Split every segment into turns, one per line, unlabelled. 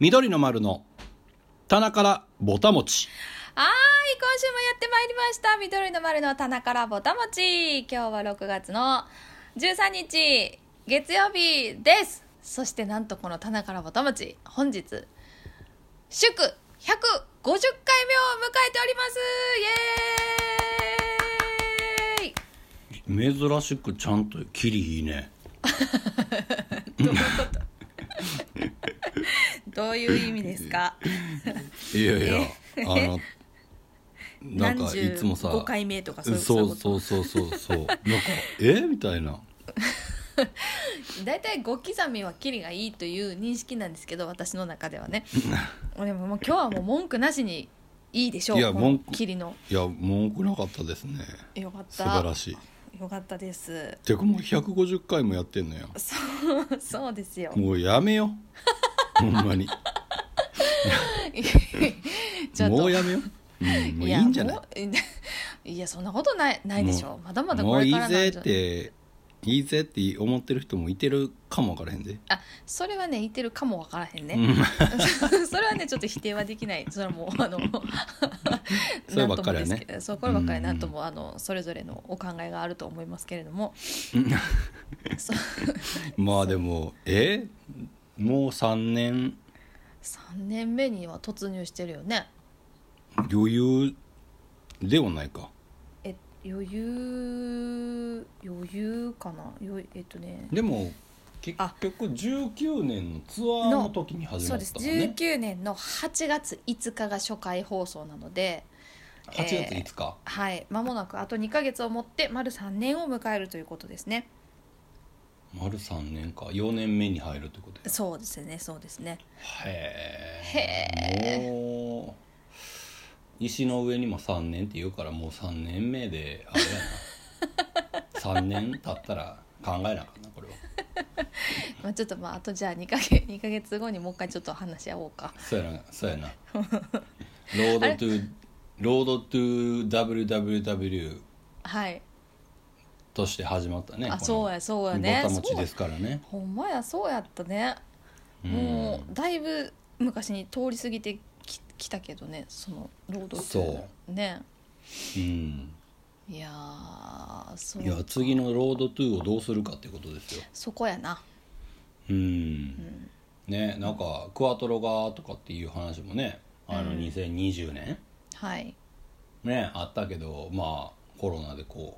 緑の丸の棚からぼたもち
はーい、今週もやってまいりました。緑の丸の棚からぼたもち。今日は6月の13日、月曜日です。そしてなんとこの棚からぼたもち、本日、祝150回目を迎えております。イエーイ
珍しくちゃんとキリいいね
どういう意味ですか
いやいやあ のなん
何
か
十
いつもさ
5回目とかそういう
そう
そうい
そ
うこ
うそうそうそうなんかえみたいな
と大体5刻みはキリがいいという認識なんですけど私の中で はねでももう今日はもう文句なしにいいでしょう
いや
この
文句
キリの
いや文句なかったですね
よかった
素晴らしい
よかったです
てかもう150回もやってんのよ
そうそうですよ
もうやめよほんまに
ちょっと
もうやめよ、うん、もういいんじゃない
もういやそんなことないないでしょ
も
うまだまだ
も
こ
う
れ
いい
からなんじゃ
ぜっていいぜって思ってる人もいてるかもわからへんで、
あそれはね言ってるかもわからへん
う
ね、
ん
それはねちょっと否定はできないそれはもうあの
そればっかりはね
なんともですけどそうこればっかりはなんともあのそれぞれのお考えがあると思いますけれ どもそう
まあでもえもう3年
3年目には突入してるよね
余裕ではないか
え余裕余裕かな余裕えっとね
でも結
あ
局19年のツアーの時に始
そ
ま
う
っ
です
たもんね
19年の8月5日が初回放送なので
8月5日、
はい間もなくあと2ヶ月をもって丸3年を迎えるということですね
丸3年か4年目に入るってことや
そうですねそうですね
へ
へ
えもう石の上にも3年って言うからもう3年目であれ やな3年経ったら考えなあかんなこれは
まあ、ちょっとまああとじゃあ2か月 二ヶ月後にもう一回ちょっと話し合おうか
そうやなそうやなロードトゥロードトゥ WWW
はい
として始まったね
あそうやそう
そ
やね
ぼたもち
そう
ですからね
ほんまやそうやったねもうだいぶ昔に通り過ぎてききたけどねその労働
そ
ね
うん、うん
いやーそう
いや次のロードトゥをどうするかっていうことですよ
そこやな
うん、ねなんかクアトロがとかっていう話もねあの2020年、
はい
ねあったけどまあコロナでこ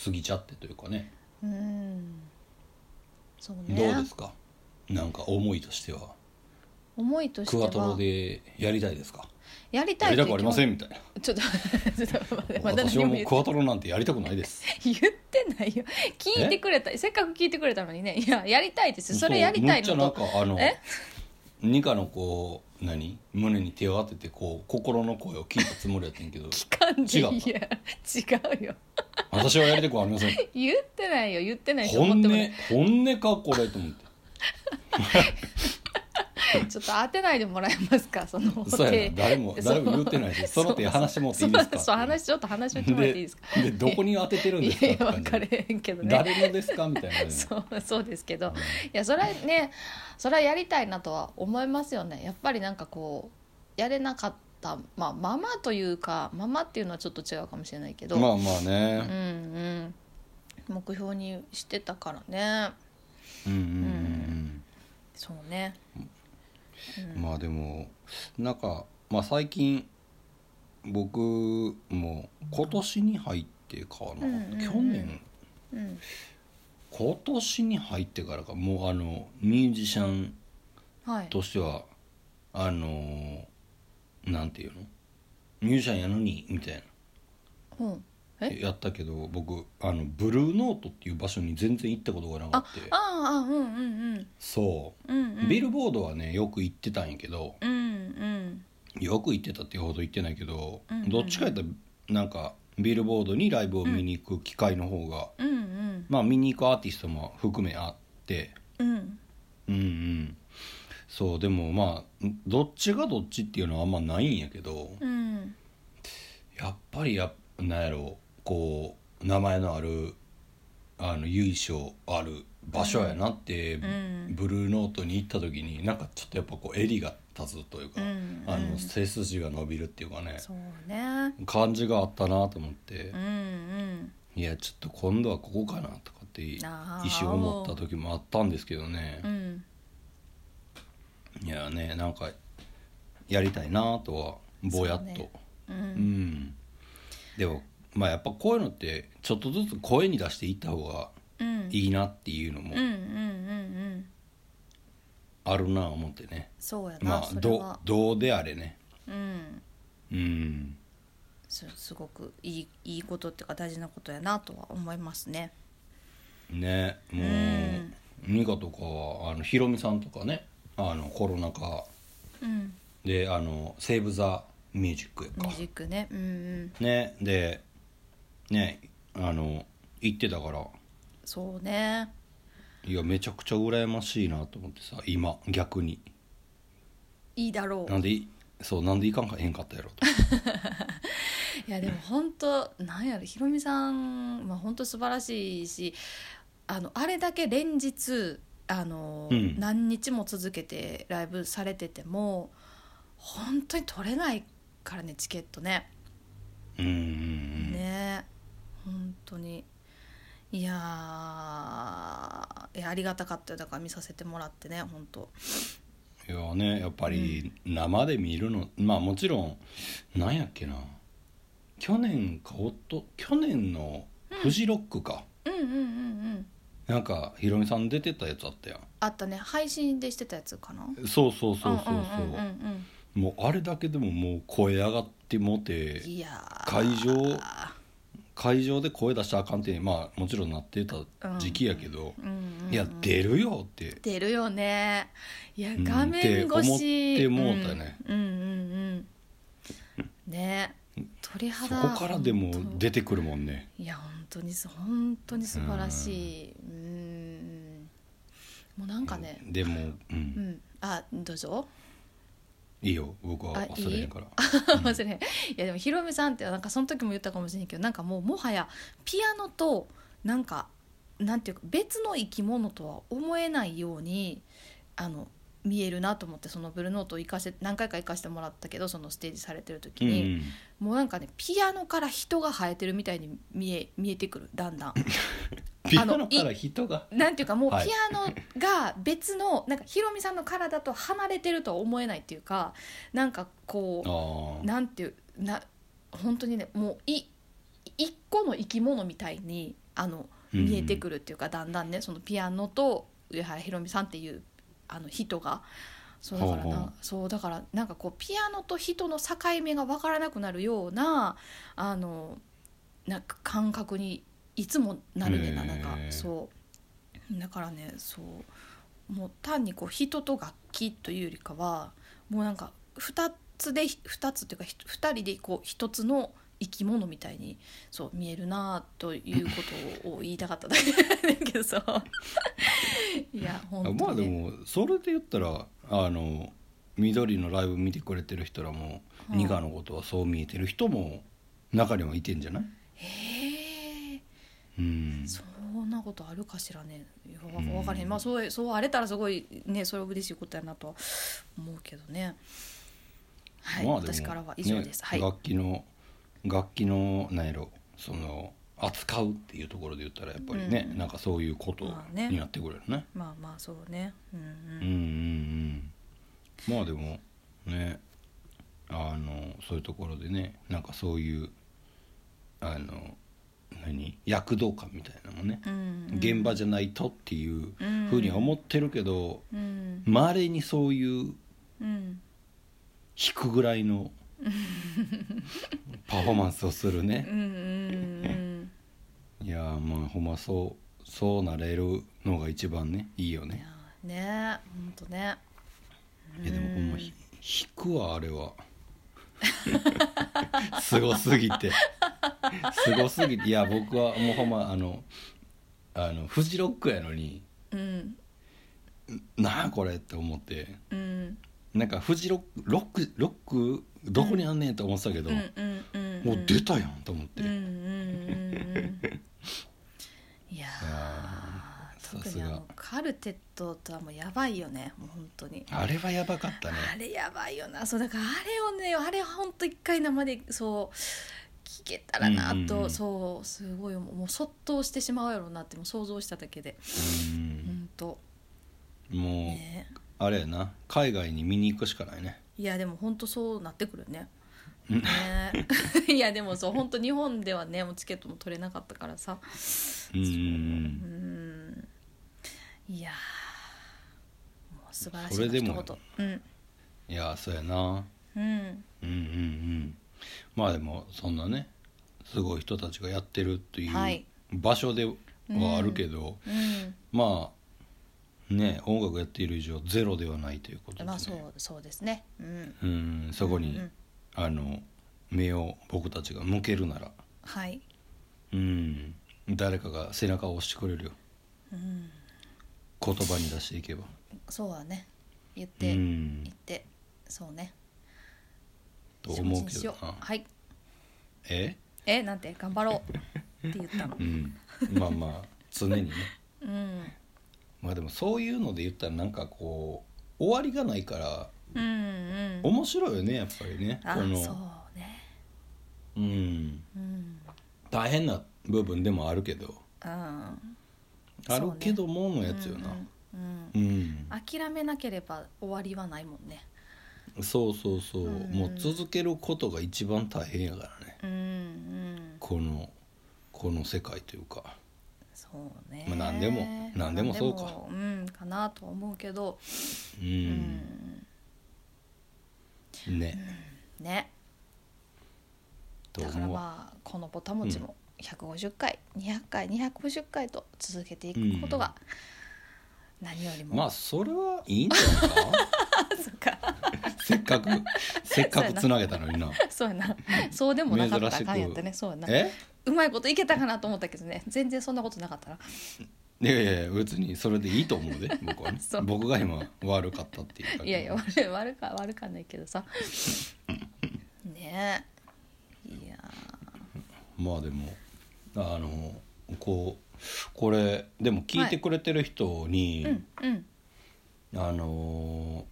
う過ぎちゃってというかね
うんそうね
どうですかなんか思いとしては
思いとして
クアトロ
は
でやりたいですか
やり
や
た
り
いとい
たく
う
あり
気
ま
持
せ
ち
んみたいな
ちょっとちょっと 待ってまだ
私は
何も
もう
言っ
ク
て
アトロなんてやりたくないです
言ってないよ聞いてくれたせっかく聞いてくれたのにねいややりたいですよそれやりたいうの
むっ
と
ちゃなんかあの
え
ニカのこう何胸に手を当ててこう心の声を聞いたつもりやってんけど
感じい
違う
や違うよ
私はやりたくありません
言ってないよ言ってないと
本
思っても
音
ね
本音かこれと思って
ちょっと当てないでもらえますかその
そうや
手
な誰も
そう
誰も言ってないしその手話してもらっていいですか
そうそう話ちょっと話をしてもらっていいですか
ででどこに当ててるん
い
ですか
や
っ
い
て感
や分
じ
かれへんけどね
誰のですかみたいなね
そうそうですけど、いやそれはねそれはやりたいなとは思いますよねやっぱりなんかこうやれなかったまあままというかままっていうのはちょっと違うかもしれないけど、
まあまあ
うん
ね
うん目標にしてたからね
うんうんうん
そうね
うんまあでもなんかまあ最近僕も今年に入ってかな、
うんうんうん
去年
うん
今年に入ってからかもうあのミュージシャン
はい
としてはあのなんていうのミュージシャンやのにみたいな
うんえ
やったけど僕あのブルーノートっていう場所に全然行ったことがなか
あ
った
ああうんうんうん
そ
うんう
う、
ん
ビルボードはねよく行ってたんやけど
うんうん
よく行ってたっていうほど行ってないけど、
うんうん
どっちかやったらなんかビルボードにライブを見に行く機会の方が、
うんうん
まあ見に行くアーティストも含めあって
うん
うんうんそうでもまあどっちがどっちっていうのはあんまないんやけど
うん
やっぱりやなんやろこう名前のあるあの由緒ある場所やなって、
ん
ブルーノートに行った時になんかちょっとやっぱこう襟が立つというか、
うん
あ
う
の
ん
背筋が伸びるっていうかね
そうね
感じがあったなと思って
うんう、ん
いやちょっと今度はここかなとかって一
あー
瞬思った時もあったんですけどね
う、ん
いやねなんかやりたいなとはぼやっと,、
そうねう
うんんでもまあやっぱこういうのってちょっとずつ声に出していった方が
うん
いいなっていうのも
うんうんうんうん
あるな思ってね、
そうやな、
まあ
それ
どう
は
どうであれね
うん
うん
すすごくいいいいことっていうか大事なことやなとは思いますね
ねもう、
うん
ニカとかはあのひろみさんとかねあのコロナ禍
うん
であの「セーブ・ザ・ミュージック」や
ミュ
か
ージックねうんうん
ねでねあの行ってたから
そうね
いやめちゃくちゃ羨ましいなと思ってさ今逆に
いいだろう
なんでいそうなんで行かんかへんかったやろと
いやでも本当なんやろひろみさんまあ本当素晴らしいしあのあれだけ連日あの、
うん
何日も続けてライブされてても本当に取れないからねチケットね、
うんうん
ね本当にいやーいやありがたかったよだから見させてもらってね本当
うんいやねやっぱり生で見るの、まあもちろんなんやっけな去年かおっと去年のフジロックか、
うんうんうんうん
なんかひろみさん出てたやつあったや
あったね配信でしてたやつかなん
そうそうそうそうそう,、
んうんうん
もうあれだけでももう声上がってもて
うんいやー
会場会場で声出したらあかんってまあもちろんなってた時期やけど、
うんうんうん
いや出るよって
出るよねいや
うん
画面越し
って思ってもうたね
うん、うんうんうんね鳥
そ
肌
こからでも
本当
出てくるもんね
いや本当にす本当に素晴らしいうんもうなんかね
でも、う、
うんんあどうぞ
いいよ僕は
あ
忘れへんから
忘れへんいやでもひろみさんってなんかその時も言ったかもしれんけどなんかもうもはやピアノとなんかなんていうか別の生き物とは思えないようにあの見えるなと思ってそのブルーノートを行かせ何回か行かせてもらったけどそのステージされてる時
うん、
に、もうなんかねピアノから人が生えてるみたいに見え見えてくるだんだん。
ピアノから人が
なんていうかもうピ
はい
アノが別の、なんかひろみさんの体と離れてるとは思えないっていうかなんかこ
あー
うなんていうな本当にねもうい一個の生き物みたいにあの
うん
見えてくるっていうか、だんだんねそのピアノと上原ひろみさんっていうあの人がそうだから
ほ
な
うほう
そうだからなんかこうピアノと人の境目が分からなくなるようなあのなんか感覚にいつもなるねんな
へえ
なんかそうだからねそうもう単にこう人と楽器というよりかはもうなんか2つで2つっていうか2人でこう1つの生き物みたいにそう見えるなということを言いたかっただけなんだけ どさいや本
ま
当
あで
にね、
もそれで言ったらあの緑のライブ見てくれてる人らも、
うん
ニカのことはそう見えてる人も中にはいてんじゃない、
へ
う
え
ん、
そんなことあるかしらねいやわ分からへん、まあそうそうあれたらすごいねそれは嬉しいことやなとは思うけどねはい、
まあでも
私からは以上です、
ね
はい
楽器の楽器のなんやろその扱うっていうところで言ったらやっぱりね、
うん
なんかそういうこと
まあね
になってくるよね,、
まあまあそうねうんうん
うんうんうんまあでもねあのそういうところでねなんかそういうあの何躍動感みたいなのもね、
うんうん
現場じゃないとっていう
うん
ふうには思ってるけど
うん
まれ、にそういう
うん
引くぐらいのパフォーマンスをする
うん
ね
うんうん
いやーまあほんまそうそうなれるのが一番ねいいよ
いや
ね
ーねえほんとね
いやでもほんまひ引くわあれは すごすぎてすごすぎていや僕はもうほんまあのあのフジロックやのに
うん
なあこれって思って
うん
なんかフジロックロックロックどこにあんねんと思ってたけど、
うんうんうん
もう出たやんと思って、
うんうんうんうんいや
や
ー
ー
特にあの
さ
ルテットとはもうやばいよねもう本当に
あれはやばかったね
あれやばいよなそうだからあれをねあれ本当一回生でそう聞けたらなと、
うんうんうん
そうすごいもうもうそっとしてしまうやろうなってもう想像しただけで本当
うんもう
ね
あれやな海外に見に行くしかないね
いやでも本当そうなってくるよね
うん
ねいやでもそう本当日本ではねもうチケットも取れなかったからさ
うんうん
う
うん
んいやーもう素晴らしい
それでも
一言
いやそうやな
うんうん
うんうんうんまあでもそんなねすごい人たちがやってるってい
は
う
い
場所ではあるけど、
う
まあね音楽やっている以上ゼロではないということで、
ん
ね
まあそうそうですねうん
うんそこに、
うん
あの目を僕たちが向けるなら
はい
うん誰かが背中を押してくれるよ
うん
言葉に出していけば
そうはね言っ
う
て、
ん
言ってそうね
と思う
承知
け
しよ
どな
はい
え
えなんて頑張ろうって言ったの
うんまあまあ常にね
うん
まあでもそういうので言ったらなんかこう終わりがないから
うんうん
面白いよねやっぱりね
あ
この
そうね
うん
うん
大変な部分でもあるけど
うん
あるけどものやつよな
うんうん
うん、
諦めなければ終わりはないもんね
そうそうそう、
うん
もう続けることが一番大変やからね
うんうん
このこの世界というか
そうね
まあ何でも何でもそうか
何でもうんかなとは思うけど
う、
うんん
ね
ね
と
だから
思うわ
まあこのぼたもちも150回、200回250回と続けていくことが何よりも、
まあそれはいいんじゃないか
そっか
せっかくせっかくつなげたのにな
そうやなそうでもなかったら
珍し
あ
く
かんやったねそうやな
え
うまいこといけたかなと思ったけどね全然そんなことなかったない
やいやいや別にそれでいいと思う で僕はね
そう
僕が今悪かったっていうか
いやいや悪い悪か悪かないけどさねえいや
まあでもあのこうこれでも聞いてくれてる人に、
ーうんうん
あの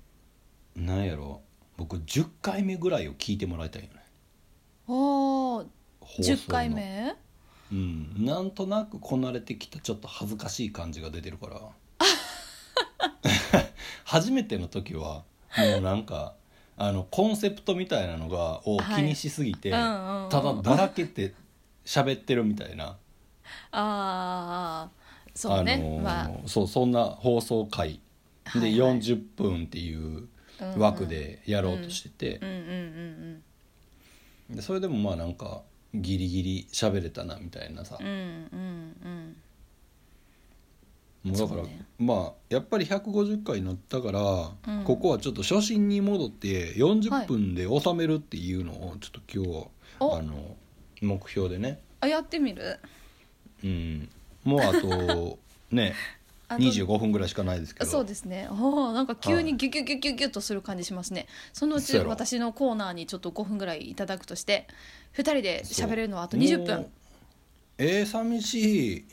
ーなんやろ僕10回目ぐらいを聞いてもらいたいよね
おー
放送の
10回目
うんなんとなくこなれてきたちょっと恥ずかしい感じが出てるから 初めての時はもうなんかあのコンセプトみたいなのがを
は
気
い
にしすぎて、
うんうんうん
ただだらけて喋ってるみたいな、
ああそうね、
あのー
まあ
そうそんな放送回で
はいはい
40分っていう
うんうん
枠でやろうとしてて、
うんうんうん
でそれでもまあなんかギリギリ喋れたなみたいなさ
うんう、んうん
もうだから、
そうね
まあやっぱり150回になったから、
うん
ここはちょっと初心に戻って40分で収めるっていうのをちょっと今日は、
お
あの目標でね、
あやってみる
うん、もうあ とね
あと
25分ぐらいしかないですけど
そうですねおーなんか急にギュギュギュギュギュッとする感じしますねそのう
そう
ち
やろ
私のコーナーにちょっと5分ぐらいいただくとして2人で
そう
喋れるのはあと20
もう
分
えー、寂しい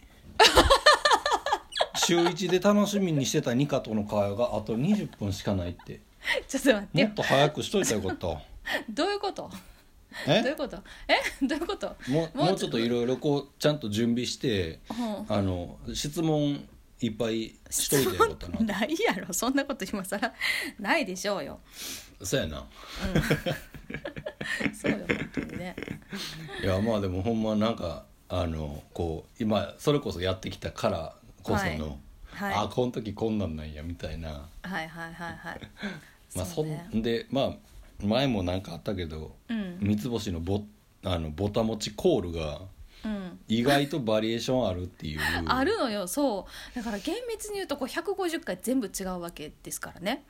週一で楽しみにしてたニカとの会話があと20分しかないって
ちょっと待って
も
よ
っと早くしといたらよかった
どういうことどういう
え
ことえ どういうこと
もう
もう
もうちょっといろいろこうちゃんと準備して
うん
あの質問いっぱいしといてよかった
質問
な
ないやろそんなこと今更 ないでしょうよ
そうやな
そうよ本当にね
いやまあでもほんまなんかあのこう今それこそやってきたからこその、
はい
あこの時こんなんなんやみたいな
はいはいはいはい
まあ、そ
うん
でまあ前もなんかあったけど、
うん
三つ星のぼあのぼたもちコールが
うん
意外とバリエーションあるっていう
あるのよそうだから厳密に言うとこう150回全部違うわけですからね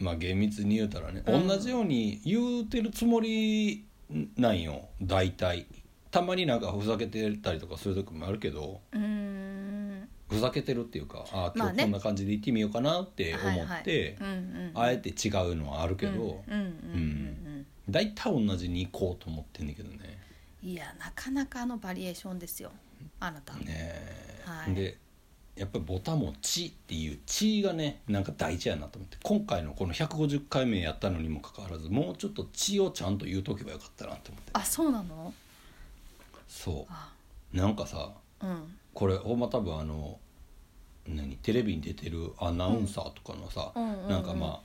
まあ厳密に言うたらね、
うん
同じように言うてるつもりなんよ大体たまになんかふざけてたりとかする時もあるけど
うーん
ふざけてるっていうかあ今
まあ
日
ね
こんな感じで行ってみようかなって
はい
思
は
っ
い
て、
うんうん
あえて違うのはあるけど、
うんうんうん
大体同じに行こうと思ってんだけどね。
うんいやなかなかのバリエーションですよあなた、
ねえ
はい
でやっぱりボタンも「ち」っていう「ち」がねなんか大事やなと思って今回のこの150回目やったのにもかかわらずもうちょっと「ち」をちゃんと言うとけばよかったなと思って
あそうなの
そ
あ
うなんかさ
うん
これほんま多分あの何テレビに出てるアナウンサーとかのさ、
うんうんうんうん
なんかま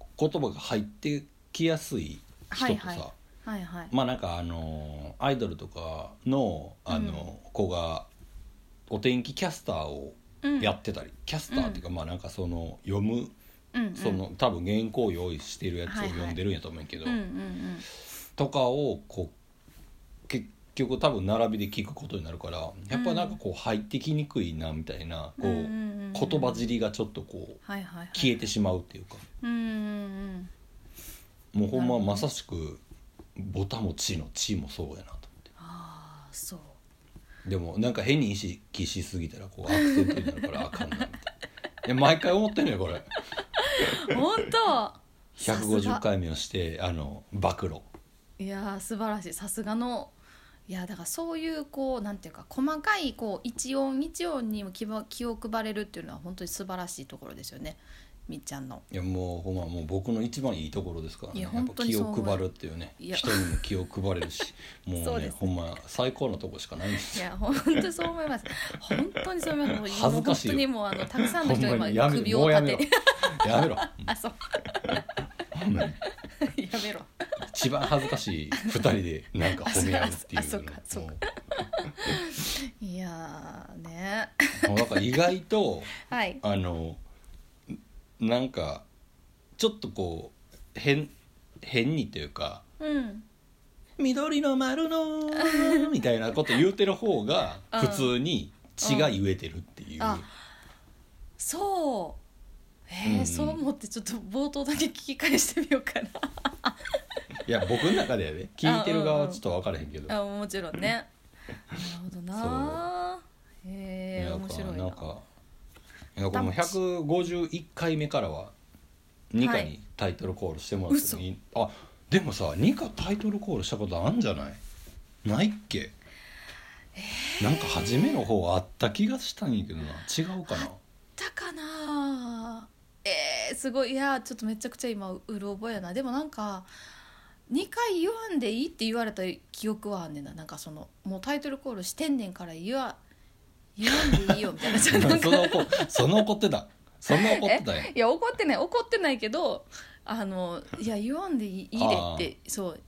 あ言葉が入ってきやすい人とさ、
はいはいはいはい
まあなんかあのアイドルとかのあの、子がお天気キャスターを
うん
やってたり、キャスターっていうか、まあなんかその読む
うんうん
その、多分原稿を用意してるやつを読んでるんやと思うんやけど、
うんうんうん
とかをこう結局多分並びで聞くことになるからやっぱなんかこう入ってきにくいなみたいな、こう、
うんうんうん
言葉尻がちょっとこう
はいはいはい
消えてしまうっていうか、
うんうん
もうほん
な
ま
るほど
まさしくボタもチのチもそうやなと思って
ああそう
でもなんか変に意識しすぎたらこうアクセントになるからあかんなみたいないや毎回思ってんのよこれ
本 当
150回目をしてあの暴露
いやー素晴らしいさすがのいやだからそういうこうなんていうか細かいこう一音一音にも気ば気を配れるっていうのは本当に素晴らしいところですよねみっちゃんの。
いやもうほんまもう僕の一番いいところですからね
いや
やっぱ
本当に
気
そう思
を
う
配るっていうね
いや
人にも気を配れる しもうね
そうですね
ほんま最高のとこしかないん です
い
よ
や本当そう思います。本当にそう思います。もう
恥ずかしいよ
本当にもうあのたくさん
ほ
の
ん
人
ま
が
にや
今
め
首
ろも
を
うや
立
め
て
ろ
て
やめろ
あそう
ほんまに
やめろ。
一番恥ずかしい2人でなんか褒め合うってい
あそううかそう
も
かいやーね
うもうなんか意外と
はい
あのなんかちょっとこう変変にというか
うん
「緑の丸の」 みたいなこと言うてる方が
うん
普通に血が言えてるっていう、
あそうえー
うんうん
そう思ってちょっと冒頭だけ聞き返してみようかな。
いや僕の中ではね聞いてる側はちょっと分からへんけど、
あ もちろんねなるほどなへえ
なん
面
か
白いな
なんかいやこの151回目からはニカにタイトルコールしてもらってもいい、あでもさニカタイトルコールしたことあんじゃないないっけ、なんか初めの方あった気がしたんやけどな違うか な
たかなえー、すごいいやちょっとめちゃくちゃ今うる覚えやなでもなんか2回言わんでいいって言われた記憶はあんねんななんかそのもうタイトルコールしてんねんから言わ言わんでいいよみたいな そのなんか
その怒その怒ってたその怒ってたよ
いや怒ってない怒ってないけどあのいや言わんでいいいいでってそう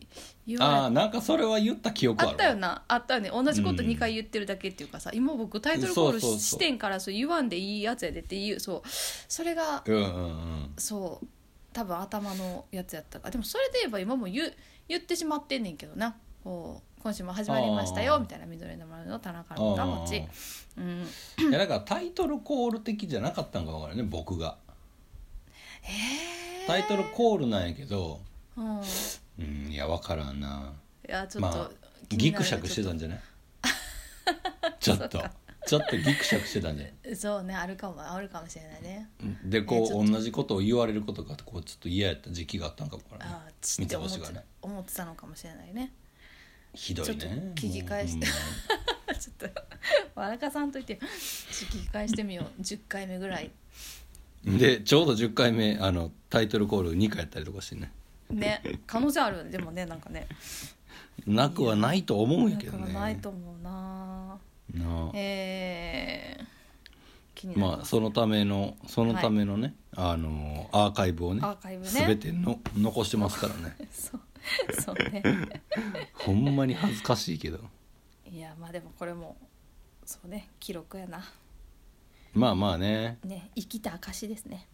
言われて
ああなんかそれは言った記憶あ
あ
る
ったよなあったよね同じこと
うん
2回言ってるだけっていうかさ、今僕タイトルコール
そうそうそう
視点からそう言わんでいいやつやでっていうそうそれが
うんうんうん
そう多分頭のやつやったからでもそれで言えば今も言う言ってしまってんねんけどなこう今週も始まりました
あ
よ
ー
みたいな緑の丸の田中の田
あ
持ち、うん、
ーいやだからタイトルコール的じゃなかったんか分からんね僕が
えー
タイトルコールなんやけど、
うん、い
うん、いや分からんな
やちょっと、
まあギクシャクしてたん
じ
じゃないちょっとちょっとギクシャクしてたんじゃない
ゃそうねあるかもあるかもしれないね
で
ね
こ
ちょ
う
っ
同じことを言われることがこうちょっと嫌やった時期があったんかもわからんね
ああち
見
って
て
思
ほ
っ
してがね
思ってたのかもしれないね
ひどい
ちょっと
ね
聞き返して
も
ちょっと笑かさんといてちょっと聞き返してみよ う10回目ぐらい
ほ
う
んまでちょうど10回目あのタイトルコール2回やったりとかしてね
ね可能性あるでもねなんかね
なくはないと思うんや
な
けど
くは
ね
ないと思うな
なあ
えー、気になり
まあ
ます、
そのためのそのためのね、あのアーカイブをね
アーカイブね
全ての残してますからね
そうそうね
ほんまに恥ずかしいけど
いやまあでもこれもそうね記録やな
まあまあね
ね生きた証ですね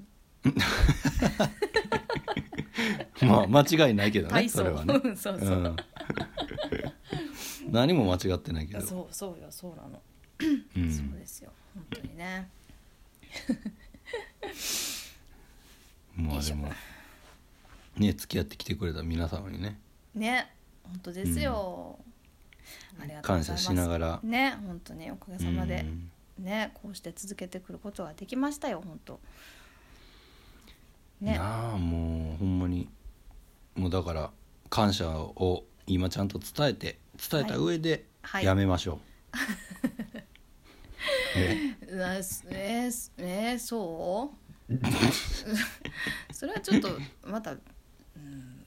まあ間違いないけどね
体
そ
操
れはね、
うん そうそう、
ん、 何も間違ってないけど
そうそうよそうなの、
うん
そうですよ本当にね
ま
よ
あ
いし
で
ょ
もね付き合ってきてくれた皆様にね
ね本当ですよ、ありがとうございます
感謝しながら
ね本当におかげさまで
うん
ねこうして続けてくることができましたよ本当ね
なあもうほんまにもうだから感謝を今ちゃんと伝えて伝えた上で
はい
やめましょう、ね
えすえーすえーそう それはちょっとまた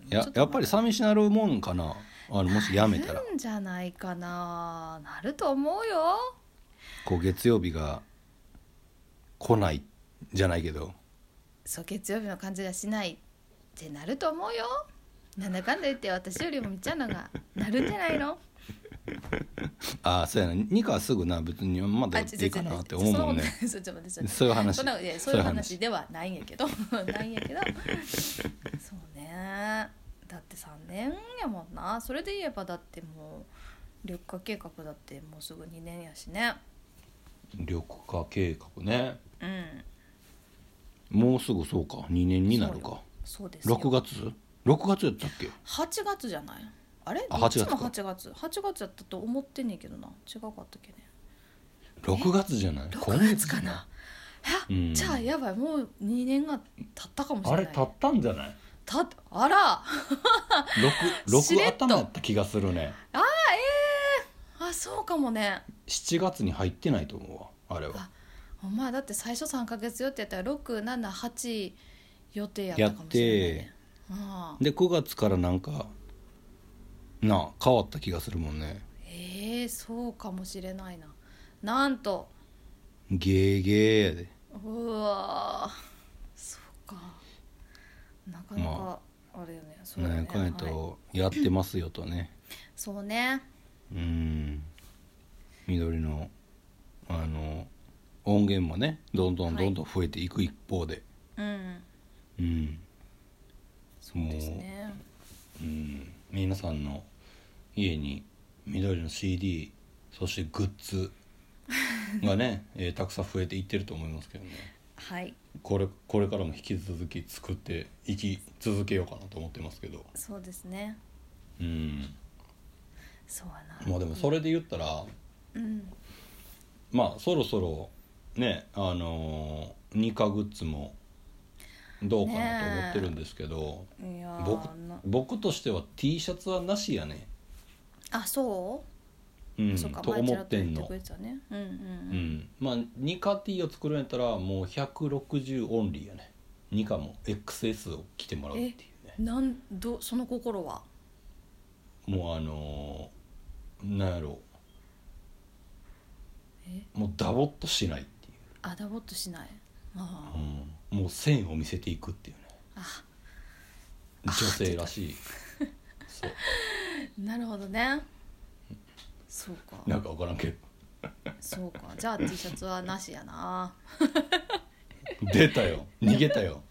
ややっぱり寂しなるもんかなあのもしやめたら
なんじゃないかななると思うよ
こう月曜日が来ないじゃないけど
そう月曜日の感じがしないってなると思うよなんだかんだ言って私よりもみっちゃんのがなるんじゃないの
ああそうやなニカはすぐな別にまだ
あ
やっていいかなって思うもんね
ちょちょそんなことない
そういう話
そんなこといやそういう話ではないんやけどないんやけどそうねだって3年やもんなそれで言えばだってもう緑化計画だってもうすぐ2年やしね
緑化計画ね
うん
もうすぐそうか2年になるか
そうですよ
6月6月やったっけ
8月じゃないあれ
あ
どっち
8
も
月か
8月8月やったと思ってんねんけどな違うかったっけね
6月じゃない
6月かなえ
うん
じゃあやばいもう2年が経ったかもし
あ
れな
れ
い
経ったんじゃない
たあら
6
しれっと
頭やった気がするね
あそうかもね
7月に入ってないと思うわあれは
あお前だって最初3か月予定やったら678予定やったかもしれない、ね、ああ
で9月からなんかなあ変わった気がするもんね
ええそうかもしれないななんと
ゲーゲーやで
うわそうかなかなか
ま
あれよねそうだね
何回
はい
とやってますよとね
そうね
うん緑のあの音源もねどんどんどんどん増えていく一方で、
うん
うん
そうですね
うん皆さんの家に緑の CD そしてグッズがね、 えーたくさん増えていってると思いますけどね
はい
これこれからも引き続き作っていき続けようかなと思ってますけど
そうですね
うん
そうやな
まあでもそれで言ったら
うん
まあそろそろねあのー、ニカグッズもどうかなと思ってるんですけど、
いやー
僕
な
僕としては T シャツはなしやね、
あそう
うん、
そうか
と
前ち
思
ら
っ
と
て
言
ん
って
の
くれてたねうんうん
う
うん
ん、まあニカ T を作るんやったらもう160オンリーやねニカも XS を着てもらうっていうね
なんどその心は
もうあのー、なんやろ
え
うもうダボっとしないってい
あダボっとしないあ
う、うん、もう線を見せていくっていうね
あ
女性らしいそう
あなるほどねそうか
なんか分からんけど
そうかじゃあ T シャツはなしや な
出たよ逃げたよ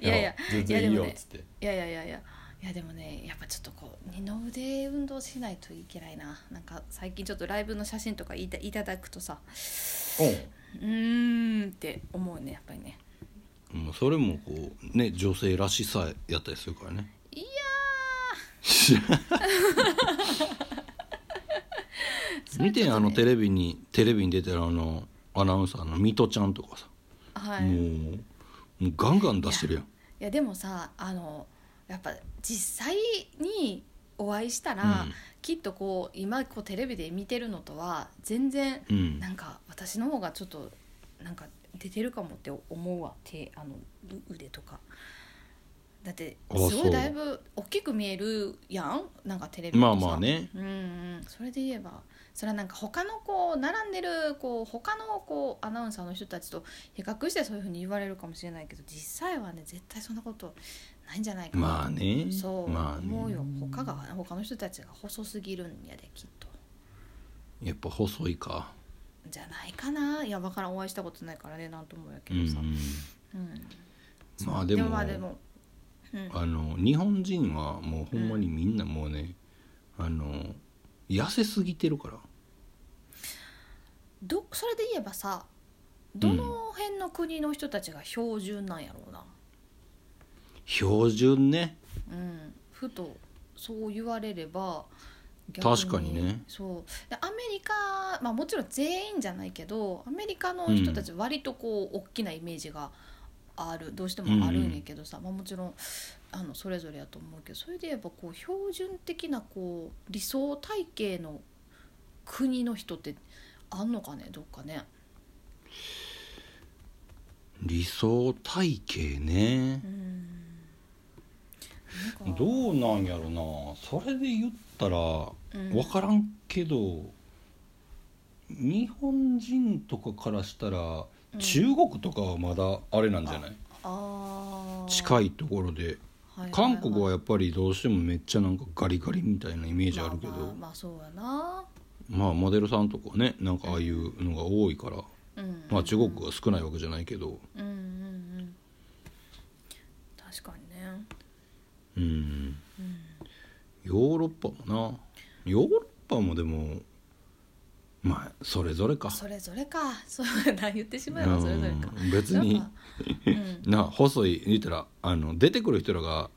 いやいや
全然いい
いやでも
よ
ね
っつって
いやいやいやいやいやでもねやっぱちょっとこう二の腕運動しないといけないななんか最近ちょっとライブの写真とかいたいただくとさうーんって思うねやっぱりね
うんもうそれもこうね女性らしさやったりするからね
いやー
見てんあのテ
レ
レビにテレビに出てるあのアナウンサーのミトちゃんとかさ、
はい
もうもうガンガン出してるやん
いやでもさあのやっぱ実際にお会いしたら、
うん
きっとこう今こうテレビで見てるのとは全然
うん
なんか私の方がちょっとなんか出てるかもって思うわ手あのう腕とか。だって
あ
すご
そ
いうだいぶ大きく見えるやんなんかテレビ
まあ
とさ
まあね
うんうん、それで言えばそれはなんか他のこう並んでるこう他のこうアナウンサーの人たちと比較してそういうふうに言われるかもしれないけど実際はね絶対そんなことないんじゃないかな
まあね
そう、
まあ
思う
ね
よ他が他の人たちが細すぎるんやできっと
やっぱ細いか
じゃないかないやわからんお会いしたことないからねなんともやけ
うんう
どさ、
ん
うん
まあでも
まあでも、うん、
あの日本人はもうほんまにみんなもうね、あの痩せすぎてるから
どそれで言えばさどの辺の国の人たちが標準なんやろうな、
標準ね
うん、ふとそう言われれば
確かにね
そうでアメリカ、まあ、もちろん全員じゃないけどアメリカの人たち割とこう、大きなイメージがあるどうしてもあるんやけどさ、まあ、もちろんあのそれぞれやと思うけどそれで言えばこう標準的なこう理想体系の国の人ってあんのかねどっかね。
理想体型ね
うんなんか
どうなんやろなそれで言ったら
ん
分からんけど、日本人とかからしたら
うん
中国とかはまだあれなんじゃない、
あー
近いところで
はいはい
韓国はやっぱりどうしてもめっちゃなんかガリガリみたいなイメージあるけど、
まあまあ、まあそうやな
まあモデルさんとかねなんかああいうのが多いから、
うん
まあ中国が少ないわけじゃないけど
うんうんうん確かにね
うんヨーロッパもなヨーロッパもでもまあそれぞれか
それぞれかそうやな言ってしまえばそれぞれか
うん別に
なんかうん
な細い言ったらあの出てくる人らが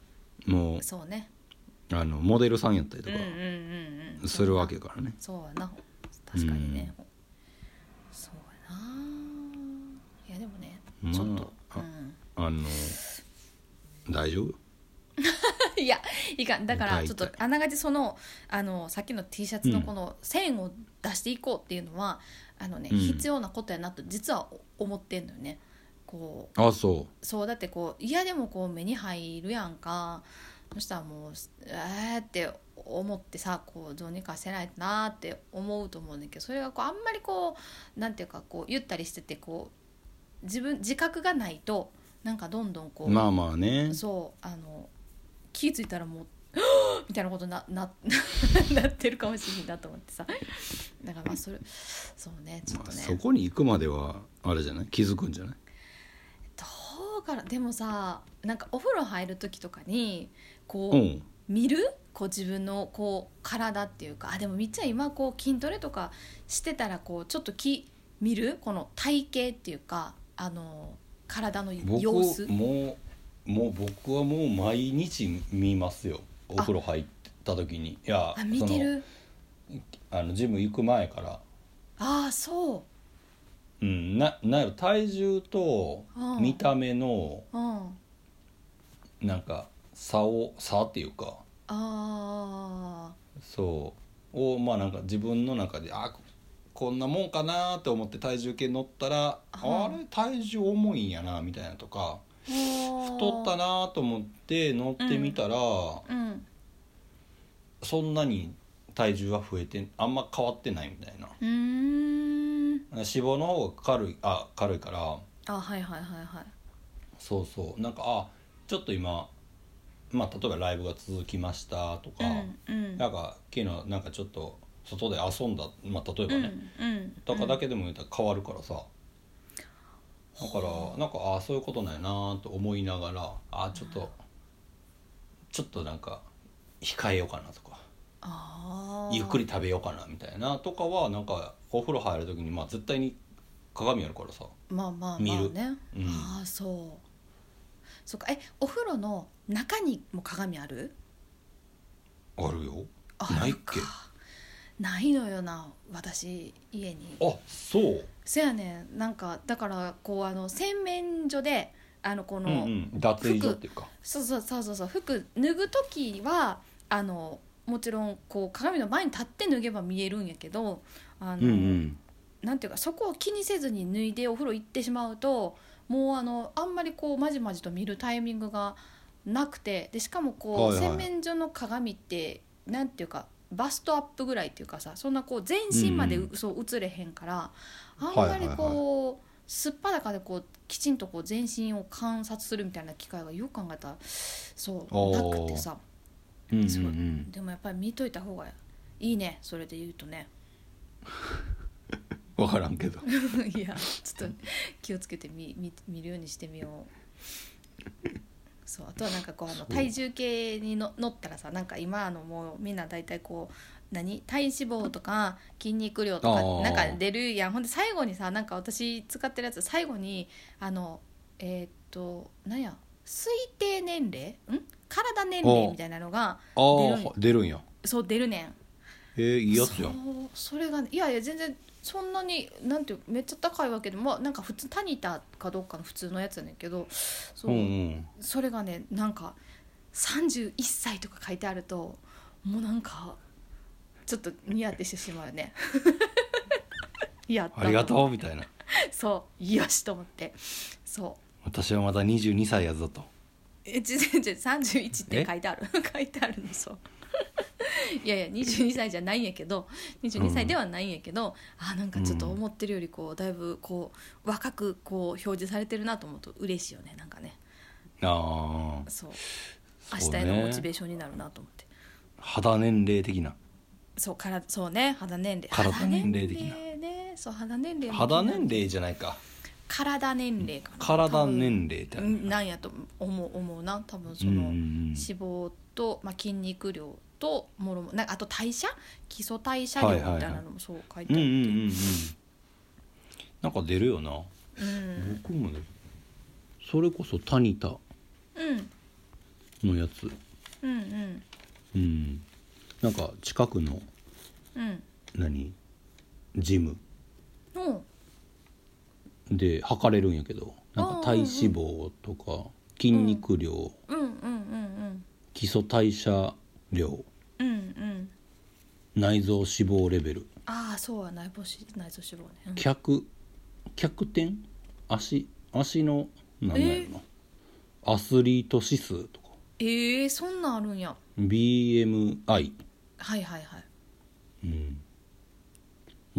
もう
そうね
あのモデルさんやったり
う
と
ん
か
うんうんうん
するわけやからね、
そうやな確かにねそうやないやでもね
まあ
ちょっと、
あ
うん
あの大丈夫
いやいかんだから
大体
ちょっとあながちそのあのさっきの T シャツのこの線を出していこうっていうのは、あのね、
うん
必要なことやなと実は思ってんのよねこう
あそ
そうだってこう嫌でもこう目に入るやんかそしたらもうえーって思ってさこうどうにかせないとなーって思うと思うんだけどそれがこうあんまりこうなんていうかこうゆったりしててこう自分自覚がないとなんかどんどんこ
う
う、
まあまあね
そうあの気づいたらもう みたいなことな ななってるかもしれないなと思ってさだからまあそれそうねちょっ
まあ、
とね、
そこに行くまではあれじゃない気づくんじゃない
どうからでもさなんかお風呂入る時とかにこう、
うん
見るこう自分のこう体っていうかあでもみっちゃん今こう筋トレとかしてたらこうちょっとき見るこの体型っていうかあの体の
僕
様子
もうもう僕はもう毎日見ますよお風呂入った時にいや
あ見てる
そのあのジム行く前から
ああそ
う
う
んななんやろ体重と
うん
見た目の
うん
なんか差を差っていうか
あ
そうをまあなんか自分の中であここんなもんかなって思って体重計乗ったら
は
あ
い
れ体重重いんやなみたいなとか
ーあ
太った
な
なと思って乗ってみたら、
うん
そんなに体重は増えてあんま変わってないみたいな
うーん
脂肪の方が軽いあ軽いから
あはいはいはいはい
そうそうなんかあちょっと今まあ例えばライブが続きましたとか、
うんうん
なんか昨日なんかちょっと外で遊んだ、まあ、例えば
う
ね、
んうん
とかだけでも言ったら変わるからさ、だからなんかああそういうことなんやなと思いながらああちょっと、ちょっとなんか控えようかなとか
あー
ゆっくり食べようかなみたいなとかはなんかお風呂入る時にまあ絶対に鏡あるからさ
まあまあ
見
まあ
る
ね、
うん
ああそうそっかえお風呂の中にも鏡ある
あるよ
あ
ないっけ
るかないのよな私家に
あそう
そやねんなんかだからこうあの洗面所であのこ
う
の、
んうん脱衣所っていうか
そうそうそうそうそう服脱ぐ時はあのもちろんこう鏡の前に立って脱げば見えるんやけどあの、
ん
なんていうかそこを気にせずに脱いでお風呂行ってしまうともうあのあんまりこうまじまじと見るタイミングがなくてでしかもこう、
はいはい
洗面所の鏡ってなんていうかバストアップぐらいっていうかさそんなこう全身まで
うん
う、そう映れへんからあんまりこう、
はいはい
すっぱだかでこうきちんとこう全身を観察するみたいな機会がよく考えたらそう
お
な
ー
くてさ
うんうんう
そうんでもやっぱり見といた方がいいねそれで言うとね。
分からん けど
いやちょっと気をつけてみ見見るようにしてみようそうあとはなんかこうあの
そう
体重計にの乗ったらさなんか今あのもうみんな大体こう何体脂肪とか筋肉量と
あ
か
ー
なんか出るやんほんで最後にさなんか私使ってるやつ最後にあのえーっとなんや推定年齢ん体年齢みたいなの
あ
が
あ出るんや
そう出るねん
えー、いいやつや
そうんそれがねいやいや全然そんなになんていうめっちゃ高いわけでもまあなんか普通タニタかどっかの普通のやつやねんけどそうう、
んうん
それがねなんか31歳とか書いてあるともうなんか ちょっとニヤってしてしまうよねやった
ありがとうみたいな
そうよしと思ってそう
私はまだ22歳やぞと
えちちち31って
え
書いてある 書いてあるのそう いやいや22歳じゃないんやけど22歳ではないんやけど、あなんかちょっと思ってるよりこうだいぶこう若くこう表示されてるなと思うと嬉しいよねなんかね
ああ
そう
そう
明日
ね
へのモチベーションになるなと思って
肌年齢的な
そうからそうね肌年齢
体年齢的な
肌年齢ねそう肌年齢も
肌年齢じゃないか
体年齢かな
体年齢って
多
ある
分うんなんやと思う思うな多分そ
うんう
の、
ん
脂肪と、まあ、筋肉量ともろもなんかあと代謝基礎代謝量みたいなのもそう書いて
うんう
あ
んうんう
って、
んなんか出るよな
うん
僕もねそれこそタニタ
うん
のやつ
うんうん
うんなんか近くの
うん
何ジム
の
で測れるんやけどなんか体脂肪とか筋肉量、
うんうんうん
基礎代謝量
うんうんうん
内臓脂肪レベル
ああそうは内臓脂内臓脂肪ね、うん
脚脚点足足の何なんやろな、アスリート指数とか
えー、そんなんあるんや
BMI
はいはいはい
うん
へ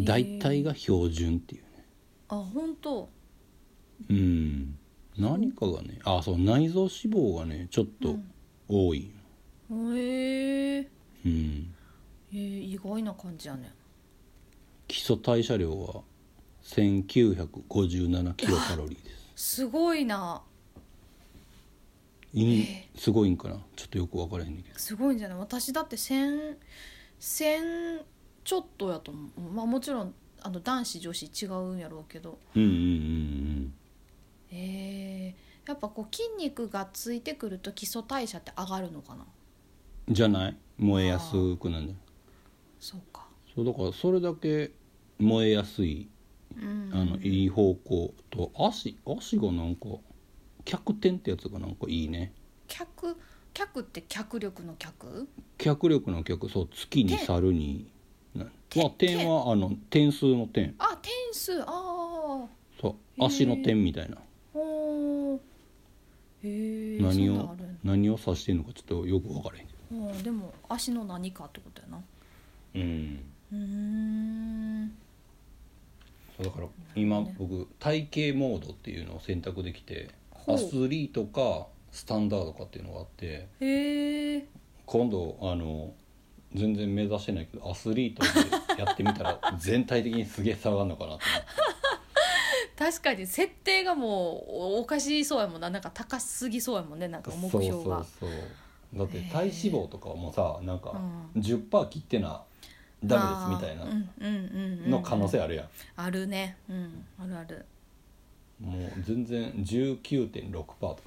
ー
大体が標準っていうね
あ本当
うん何かがねあそう内臓脂肪がねちょっと多い、
えー、
うん、
えー、意外な感じやね
基礎代謝量は1957キロカロリーです
すごいない
ん
え
すごいんかなちょっとよく分からへんねんけど
すごいんじゃない私だって1000 1000ちょっとやと思うまあもちろんあの男子女子違うんやろうけど
うんうんうん
えー、やっぱこう筋肉がついてくると基礎代謝って上がるのかな
うんじゃない燃えやすくなんじゃない
そうか
そうだからそれだけ燃えやすい
うん
あのいい方向と足足がなんか脚点ってやつがなんかいいね
脚脚って脚力の脚
脚力の脚そう月に
点
猿になまあ
点
点はあの点数の点
あ点数ああ
そう
へー
足の点みたいな
おーへえ
何
そんなん
を
あるん
何を指してんのかちょっとよく分からへんけ
あーでも足の何かってことやな
どうん
うーん
そうだから今
ね
僕体型モードっていうのを選択できて
ほう
アスリートかスタンダードかっていうのがあって
へえ
今度あの全然目指してないけどアスリートでやってみたら全体的にすげえ差があるのかなと思
確かに設定がもうおおかしそうやもんななんか高すぎそうやもんねなんか 目
って
標が
そうそうそうだって体脂肪とかもさなんか
う
10%切ってなダメですみたい
あー
な
うんうんうんうん
の可能性あるやん、
あるねうんあるある
もう全然19.6%とか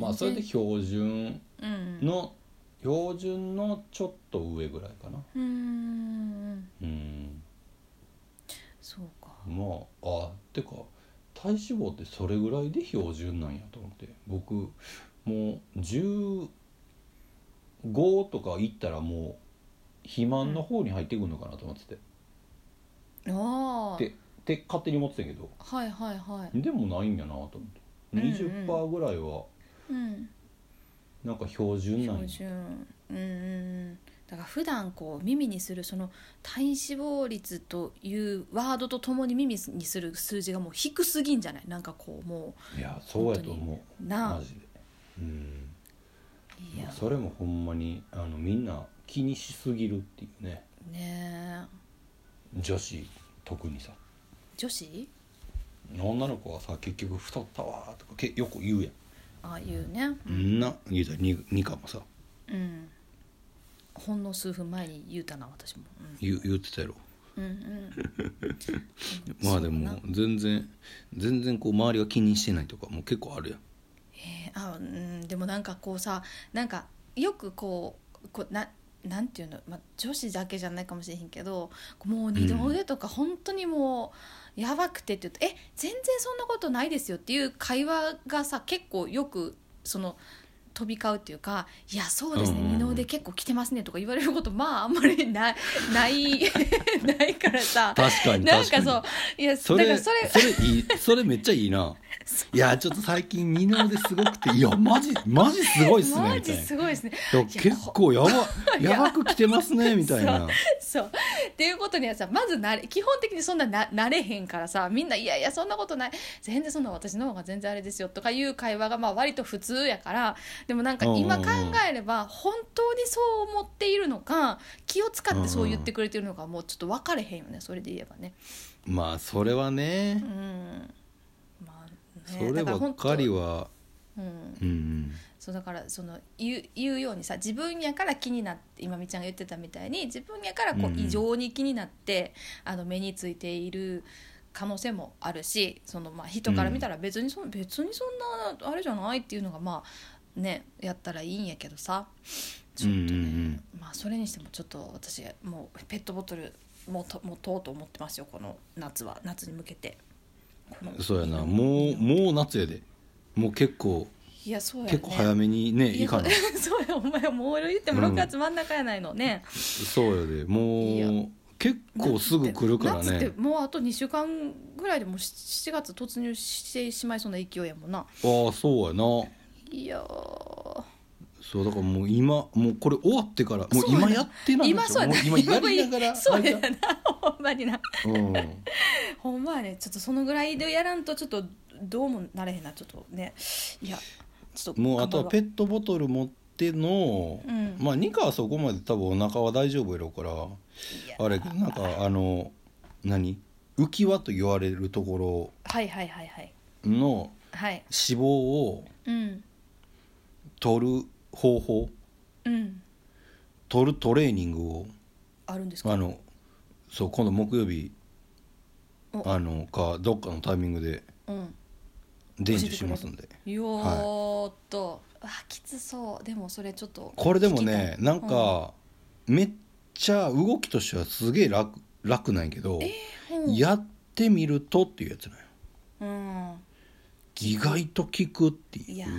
まあそれで標準
うん
の標準のちょっと上ぐらいかな
うんうん
うん
そうか
まああてか体脂肪ってそれぐらいで標準なんやと思って僕もう15とかいったらもう肥満の方に入ってくるのかなと思ってて、
ああ
でで勝手に思ってたけど
はいはいはい
でもないんやなと思って
うんうん
20%ぐらいは
うん
なんか標準なんや
標準うんうんうんだから普段こう耳にするその体脂肪率というワードとともに耳にする数字がもう低すぎんじゃないなんかこうも
いやそうやと思
う
う
な
マ
あ
ジでうん
いや
それもほんまにあのみんな気にしすぎるっていうね
ねえ
女子特にさ
女子
女の子はさ結局太ったわーとかけよく言うや
ああいうね
ん、ん、な言うたらにニカもさ
うんほんの数分前に言うたな私も、
言う言ってたやろ
うん、うんうん
まあで
そうだ
も
な
全然全然こう周りが気にしてないとかも結構あるやん
えーあうんでもなんかこうさなんかよくこうこうななんていうの、まあ、女子だけじゃないかもしれへんけどもう二度腕とか本当にもうやばくてって言うと「え全然そんなことないですよ」っていう会話がさ結構よくその飛び交うっていうか「いやそうですね
うんうんうん
二の腕結構来てますね」とか言われることまああんまりない ないないからさ
確かに
なん
確
かそう
か
いや
にそ
だか
れ
らそれ
それいいそれめっちゃいいないやちょっと最近二の腕すごくていやマジマジすごいっすね
マ
みた
ジ
いない
すごいですね
や結構やばやばく来てますねみたいな
そうっていうことにはさまずなれ基本的にそんなななれへんからさみんないやいやそんなことない全然そんな私の方が全然あれですよとかいう会話がまあ割と普通やからでもなんか
うんうんうん
今考えれば本当にそう思っているのか気を使ってそう言ってくれてるのかもうちょっと分かれへんよねそれで言えばね。
まあそれはね
うんまあ
そ
ね
れ
だ
ば
ら本
っ
当
かりは
うん
うん
そうだからその言う言うようにさ自分やから気になって今美ちゃんが言ってたみたいに自分やからこ
うんう
うん異常に気になって、あの目についている可能性もあるしそのまあ人から見たら別にそ、ん、別にそんなあれじゃないっていうのがまあねやったらいいんやけどさちょっと
う
ね、
んうん
まあそれにしてもちょっと私もうペットボトルもと持とうと思ってますよこの夏は夏に向けて。この
そうやなもうもう夏やでもう結構
いやそうや、ね、
結構早めにね
い
い
や
かな
そうやお前もう言っても
うん
6月真ん中やないのね、
そうやで
いや
もう結構すぐ来るから
夏っ
ね
てもうあと2週間ぐらいでもう7月突入してしまいそうな勢いやもんな
ああそうやない
やー
そうだからもう今もうこれ終わってからもう
そうやな
今やってないんで
今
す
そう
よ
や
も
な
う今やりながら
そうやなほんまにな
うん
ほんまやねちょっとそのぐらいでやらんとちょっとどうもなれへんなちょっとねいやちょっと
もうあとはペ
ッ
ットボトル持っての、
うん
まあニカはそこまで多分お腹は大丈夫やろうからあれやけどなんかあの何浮き輪と言われるとこ
はいはいはいはい
ろの
はい
脂肪を
うん
取る方法
うん
取るトレーニングを
あるんですか
あのそう今度木曜日
お
あのかどっかのタイミングで
うん
伝授しますんで
よーっと、あきつそうでもそれちょっと
これでもね
聞きたい
なんか、めっちゃ動きとしてはすげえ楽楽なんやけど、
うん
やってみるとっていうやつなんよ
うん
意外と効くって
い
い
や
う
ー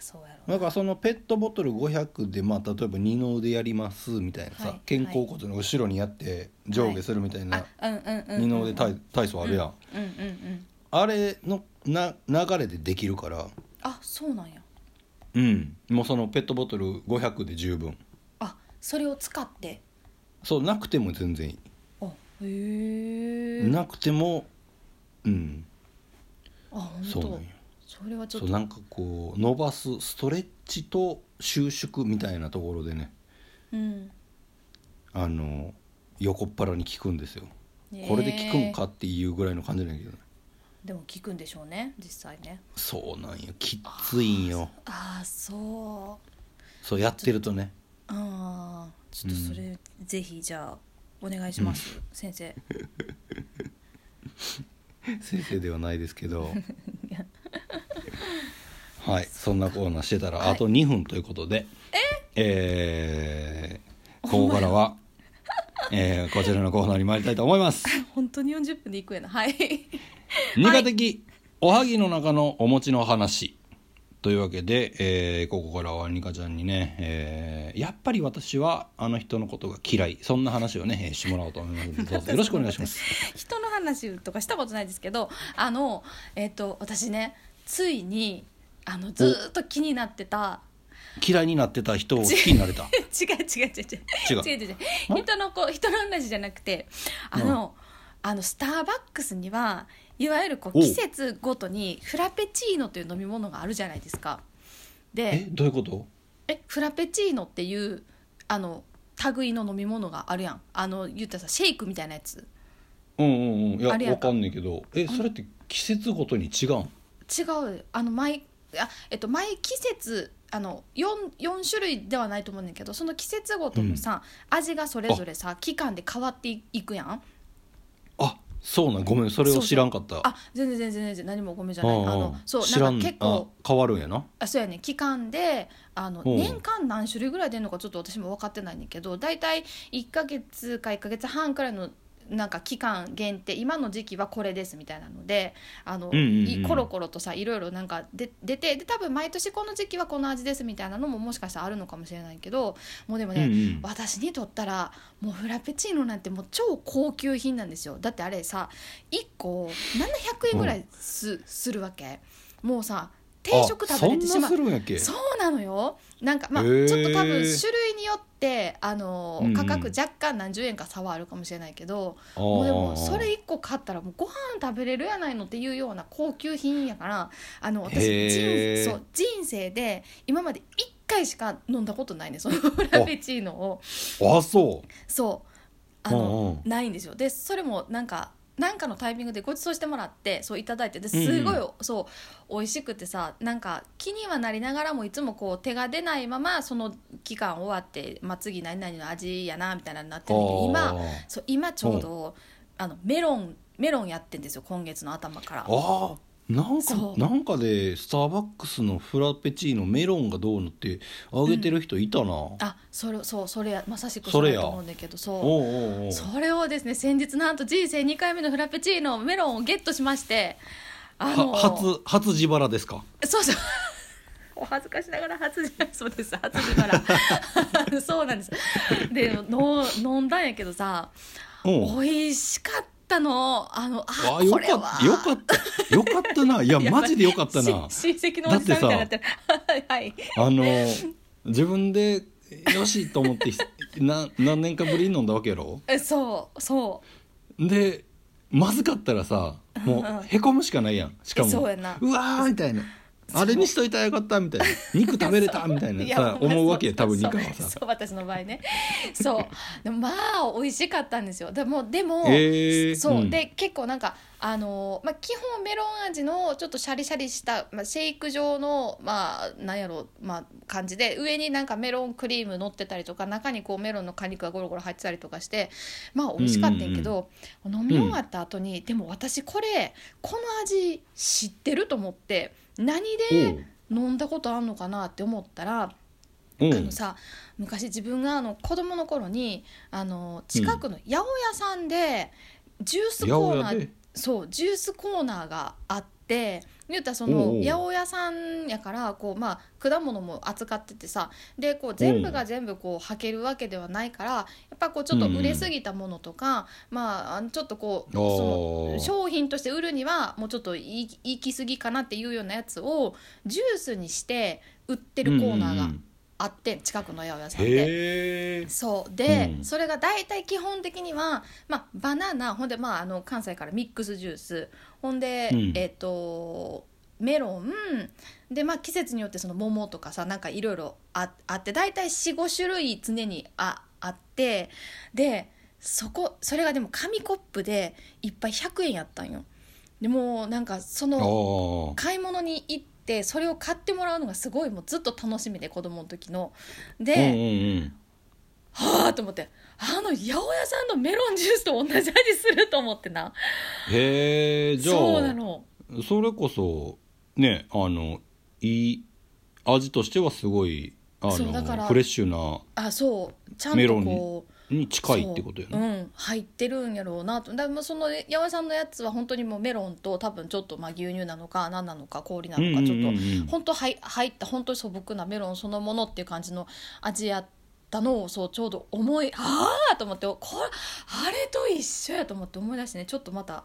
そうやろ
なんかそのペットボトル500でまあ例えば二の腕やりますみたいなさ、
はい
肩甲骨の後ろにやって上下するみたいな、
あうんうんうんうん
二の腕体体操あるやん、
うんうんうん
あれのな流れでできるから
あそうなんや
うんもうそのペットボトル500で十分
あそれを使って
そうなくても全然いい、
あへえ
なくてもうん
あ本当
そうなんよ
それはちょっ
そう
と
なんかこう伸ばすストレッチと収縮みたいなところでね
うん
あの横っ腹に効くんですよこれで効くんか
え
っていうぐらいの感じなんやけどね
ーでも効くんでしょうね実際ね
そうなんよきついんよ
ああそう
そうやってるとね
ああちょっとそれ、ぜひじゃあお願いします、先生
先生ではないですけ どはいそんなコーナーしてたら
はい
あと2分ということで、えーここからは、えーこちらのコーナーに参りたいと思い ます
本当に40分でいくやなはい
二課的おはぎの中のお餅の話というわけで、えーここからはニカちゃんにね、えーやっぱり私はあの人のことが嫌いそんな話をね、えーしてもらおうと思いますのでどうぞよろしくお願いし ます。
人の話とかしたことないですけどあのえっ、と私ねついにあのずーっと気になってた
嫌いになってた人を好きになれた
違う違う違う
違
違う
う
違う違う人の子人の話じゃなくてあの、あのスターバックスにはいわゆるこう
お
季節ごとにフラペチーノという飲み物があるじゃないですか。
え
で
どういうこと
えフラペチーノっていうあの類の飲み物があるやんあの言ったらさシェイクみたいなやつ
うんうんうんいや
あれや
わ
んか
かんないけどえそれって季節ごとに違うん
違うあの毎あえっと毎季節あの 4, 四種類ではないと思うんだけどその季節ごとのさ、味がそれぞれさ期間で変わっていくやん
あそうなんごめんそれを知らんかった。
あ全然全然全然何もごめんじゃな
う
い
んうん
あのそう
知
な
ら
ん
ん
か結
あ
構
変わるんやな。
あそうやね期間であの
おう
年間何種類ぐらい出るのかちょっと私も分かってないんだけど大体1ヶ月か1ヶ月半くらいのなんか期間限定今の時期はこれですみたいなのであの、
うんうんうん
いコロコロとさいろいろなんかで出てで多分毎年この時期はこの味ですみたいなのももしかしたらあるのかもしれないけどもうでもね、
うんうん
私にとったらもうフラペチーノなんてもう超高級品なんですよだってあれさ1個700円ぐらいすするわけもうさ定食食べれてしま
あそん
う
なするんやっけ
そうなのよなんかまあ
へ
ちょ
ー
っと多分種類によってあの
うんうん
価格若干何十円か差はあるかもしれないけど、
あー
もうでもそれ1個買ったらもうご飯食べれるやないのっていうような高級品やからあの私
へー
人そう人生で今まで1回しか飲んだことないねそのフラペチーノを
あそう
そうあの、
うんうん
ないんですよでそれもなんかなんかのタイミングでご馳走してもらってそういただいてで
うんうん
すごい、そう美味しくてさなんか気にはなりながらもいつもこう手が出ないままその期間終わって、まあ、次何々の味やなみたいなのになってるんだけど今
あー
そう今ちょうど、あのメロンメロンやってんですよ今月の頭から。
あーなんか
そう
なんかでスターバックスのフラペチーノメロンがどうのってあげてる人いたな、おう
あそれそうそれやまさしく
そ
そ
れ
れ
や
やと思うんだけどそう
おうおう
それをですね先日なんと人生2回目のフラペチーノメロンをゲットしましてあの
は初初自腹ですか
そうそうお恥ずかしながら初じゃそうです初じから そうなんですでの飲んだんやけどさ
うん
美味しかったのあのあ
あよ
こ
かっ
れは
たよかったよかったないや
や ばい
マジでよかったな
し親戚のおじさんみたいに なってるはいはい
あの自分でよしと思って ひな何年かぶりに飲んだわけやろ
えそうそう
でまずかったらさも
うんう
うんへこむしかないやんしかも
そうやな
うわーみたいなあれにしといたらよかったみたいな 肉食べれたみたいない
や
さ
ほんま
思うわけや
そ
多分
そ
ニカは
そう
さ
私の場合ね そうでもまあ美味しかったんですよでもでも、
へー
そう、
うん
で結構なんかあのーまあ基本メロン味のちょっとシャリシャリした、まあ、シェイク状のまあなんやろまあ感じで上になんかメロンクリーム乗ってたりとか中にこうメロンの果肉がゴロゴロ入ってたりとかしてまあ美味しかったんやけど、飲み終わった後に、でも私これこの味知ってると思って何
お
で
う
飲んだことあんのかなって思ったら。
うん
あのさ昔自分があの子供の頃にあの近くの八百屋さんでジュース
八
コ
百
ー
屋
ナー
で
そうジュースコーナーがあって言うたらそ
おうお
の
う
八百屋さんやからこう、まあ、果物も扱っててさでこう全部が全部こう履けるわけではないからやっぱこうちょっと売れすぎたものとか、まああのちょっとこうその
おー
商品として売るにはもうちょっと行き行き過ぎかなっていうようなやつをジュースにして売ってるコーナー
う
が
んうん
あって近くの八百屋さんで。
へえ
そうで、
うん
それが大体基本的には、まあ、バナナほんで、まあ、あの関西からミックスジュースほんで、
うん
えっ、とメロンで、まあ、季節によってその桃とかさなんかいろいろああって大体45種類常にああってでそこそれがでも紙コップでいっぱい100円やったんよ。でもうなんかそ
あ
の
ー
買い物に行ってそれを買ってもらうのがすごいもうずっと楽しみで子供の時の。で、
うんうんうん
はあと思ってあの八百屋さんのメロンジュースと同じ味すると思ってな
へえじゃあ
そうなの
それこそねあのいい味としてはすごいあ
そうだから
のフレッシュな
あそうちゃん
メ
と
ロン
こう
に近いってことや
そう
な、
うん入ってるんやろうなとだからもうその八百屋さんのやつは本当にもうメロンと多分ちょっとまあ牛乳なのか何なのか氷な
うん
の
う
か
ん
ちょっと
うん
本当はい入った本当に素朴なメロンそのものっていう感じの味やったのをそうちょうど思いああと思ってこれあれと一緒やと思って思い出してねちょっとまた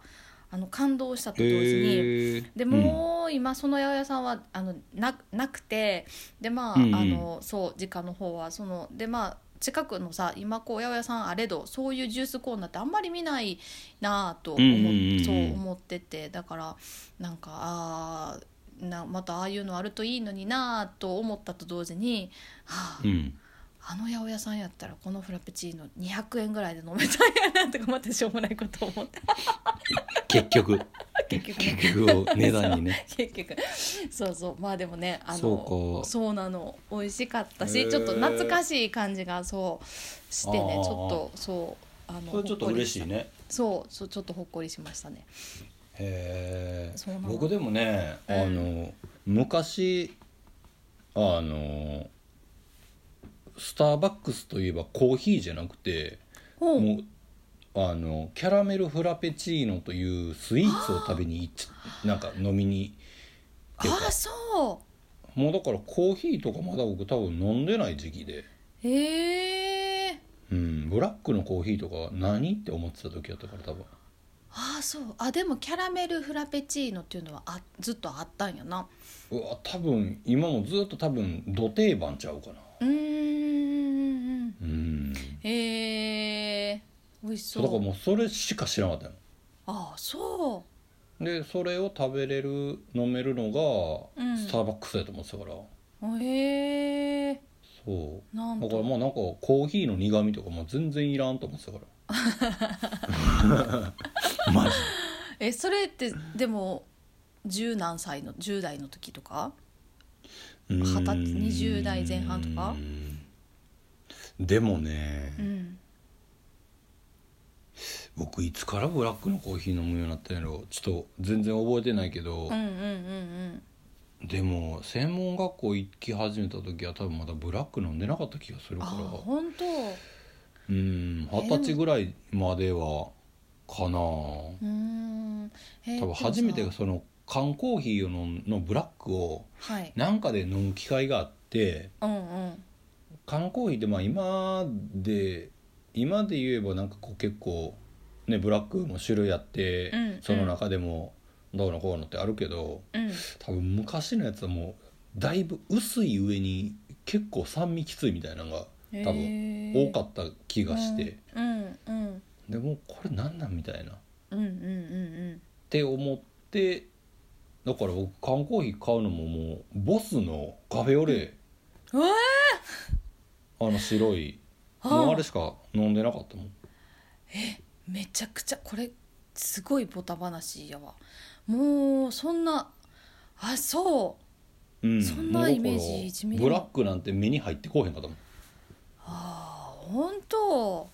あの感動したと同時に。
へえ
で
うん
もう今その八百屋さんはあのななくてでまあ,、
うんうん
あのそう時間の方はそのでまあ近くのさ今こう八百屋さんあれどそういうジュースコーナーってあんまり見ないなぁと思,、
うんうんうん
そう思っててだからなんかあーなまたああいうのあるといいのになぁと思ったと同時に、はあ
うん
あの八百屋さんやったらこのフラペチーノ200円ぐらいで飲めたんやなとかまたしょうもないこと思って
結 局
結局ね
結局値段にね
結局そうそうまあでもねあの
そうか
なの美味しかった
へ
し
ー
ちょっと懐かしい感じがそうしてね
あー
ちょっとそうあのほっこり
ね
たそうそうちょっとほっこりしましたね
へえ
そうなの
僕でもねあ
うん
の昔あのスターバックスといえばコーヒーじゃなくて
ほう
もうあのキャラメルフラペチーノというスイーツを食べに行っちなんか飲みにっていう
あ
か
あそ
もうだからコーヒーとかまだ僕多分飲んでない時期で、
うへえ
うん、ブラックのコーヒーとか何って思ってた時だったから多分
ああそうあでもキャラメルフラペチーノっていうのはあずっとあったんやな
うわ多分今もずっと多分土定番ちゃうかな
うーん
うん
へえ美味し
そ
そう
うだからもうそれしか知らなかったよ
ああそ
でそれを食べれる飲めるのが
うん
スターバックスやと思ってたから、
うへえ
そう
なん
だから
と
まあなんかコーヒーの苦味とかも全然いらんと思ってたから マジで
えそれってでも十何歳の10代の時とか
二
20歳20代前半とか
でもね、
うん
僕いつからブラックのコーヒー飲むようになったんやろちょっと全然覚えてないけど
うんう、んうん
でも専門学校行き始めた時は多分まだブラック飲んでなかった気がす
う
る
ん
か
あ
ら
本当う
うん二十歳ぐらいまではかな多
ーんえ
分初め
で
て
もさ
その缶コーヒーを飲んのブラックを
はい
なんかで飲む機会があって
うんうん
缶コーヒーってまあ今で今で言えばなんかこう結構ねブラックも種類あって、
うん
その中でもどうのこうのってあるけど
うん
多分昔のやつはもうだいぶ薄い上に結構酸味きついみたいなのが多分多か
っ
った気がして、
うんうん
でもうこれなんなんみたいなっ
うんうんうん
て思ってだから僕缶コーヒー買うのももうボスのカフェオレ
うんえ
あの白いもうあれしか飲んでなかったもん。
めちゃくちゃこれすごいボタ話やわもうそんなあそう
うん、
そんなイメージ一ミリも
ブラックなんて目に入ってこうへんかったもん
あー本当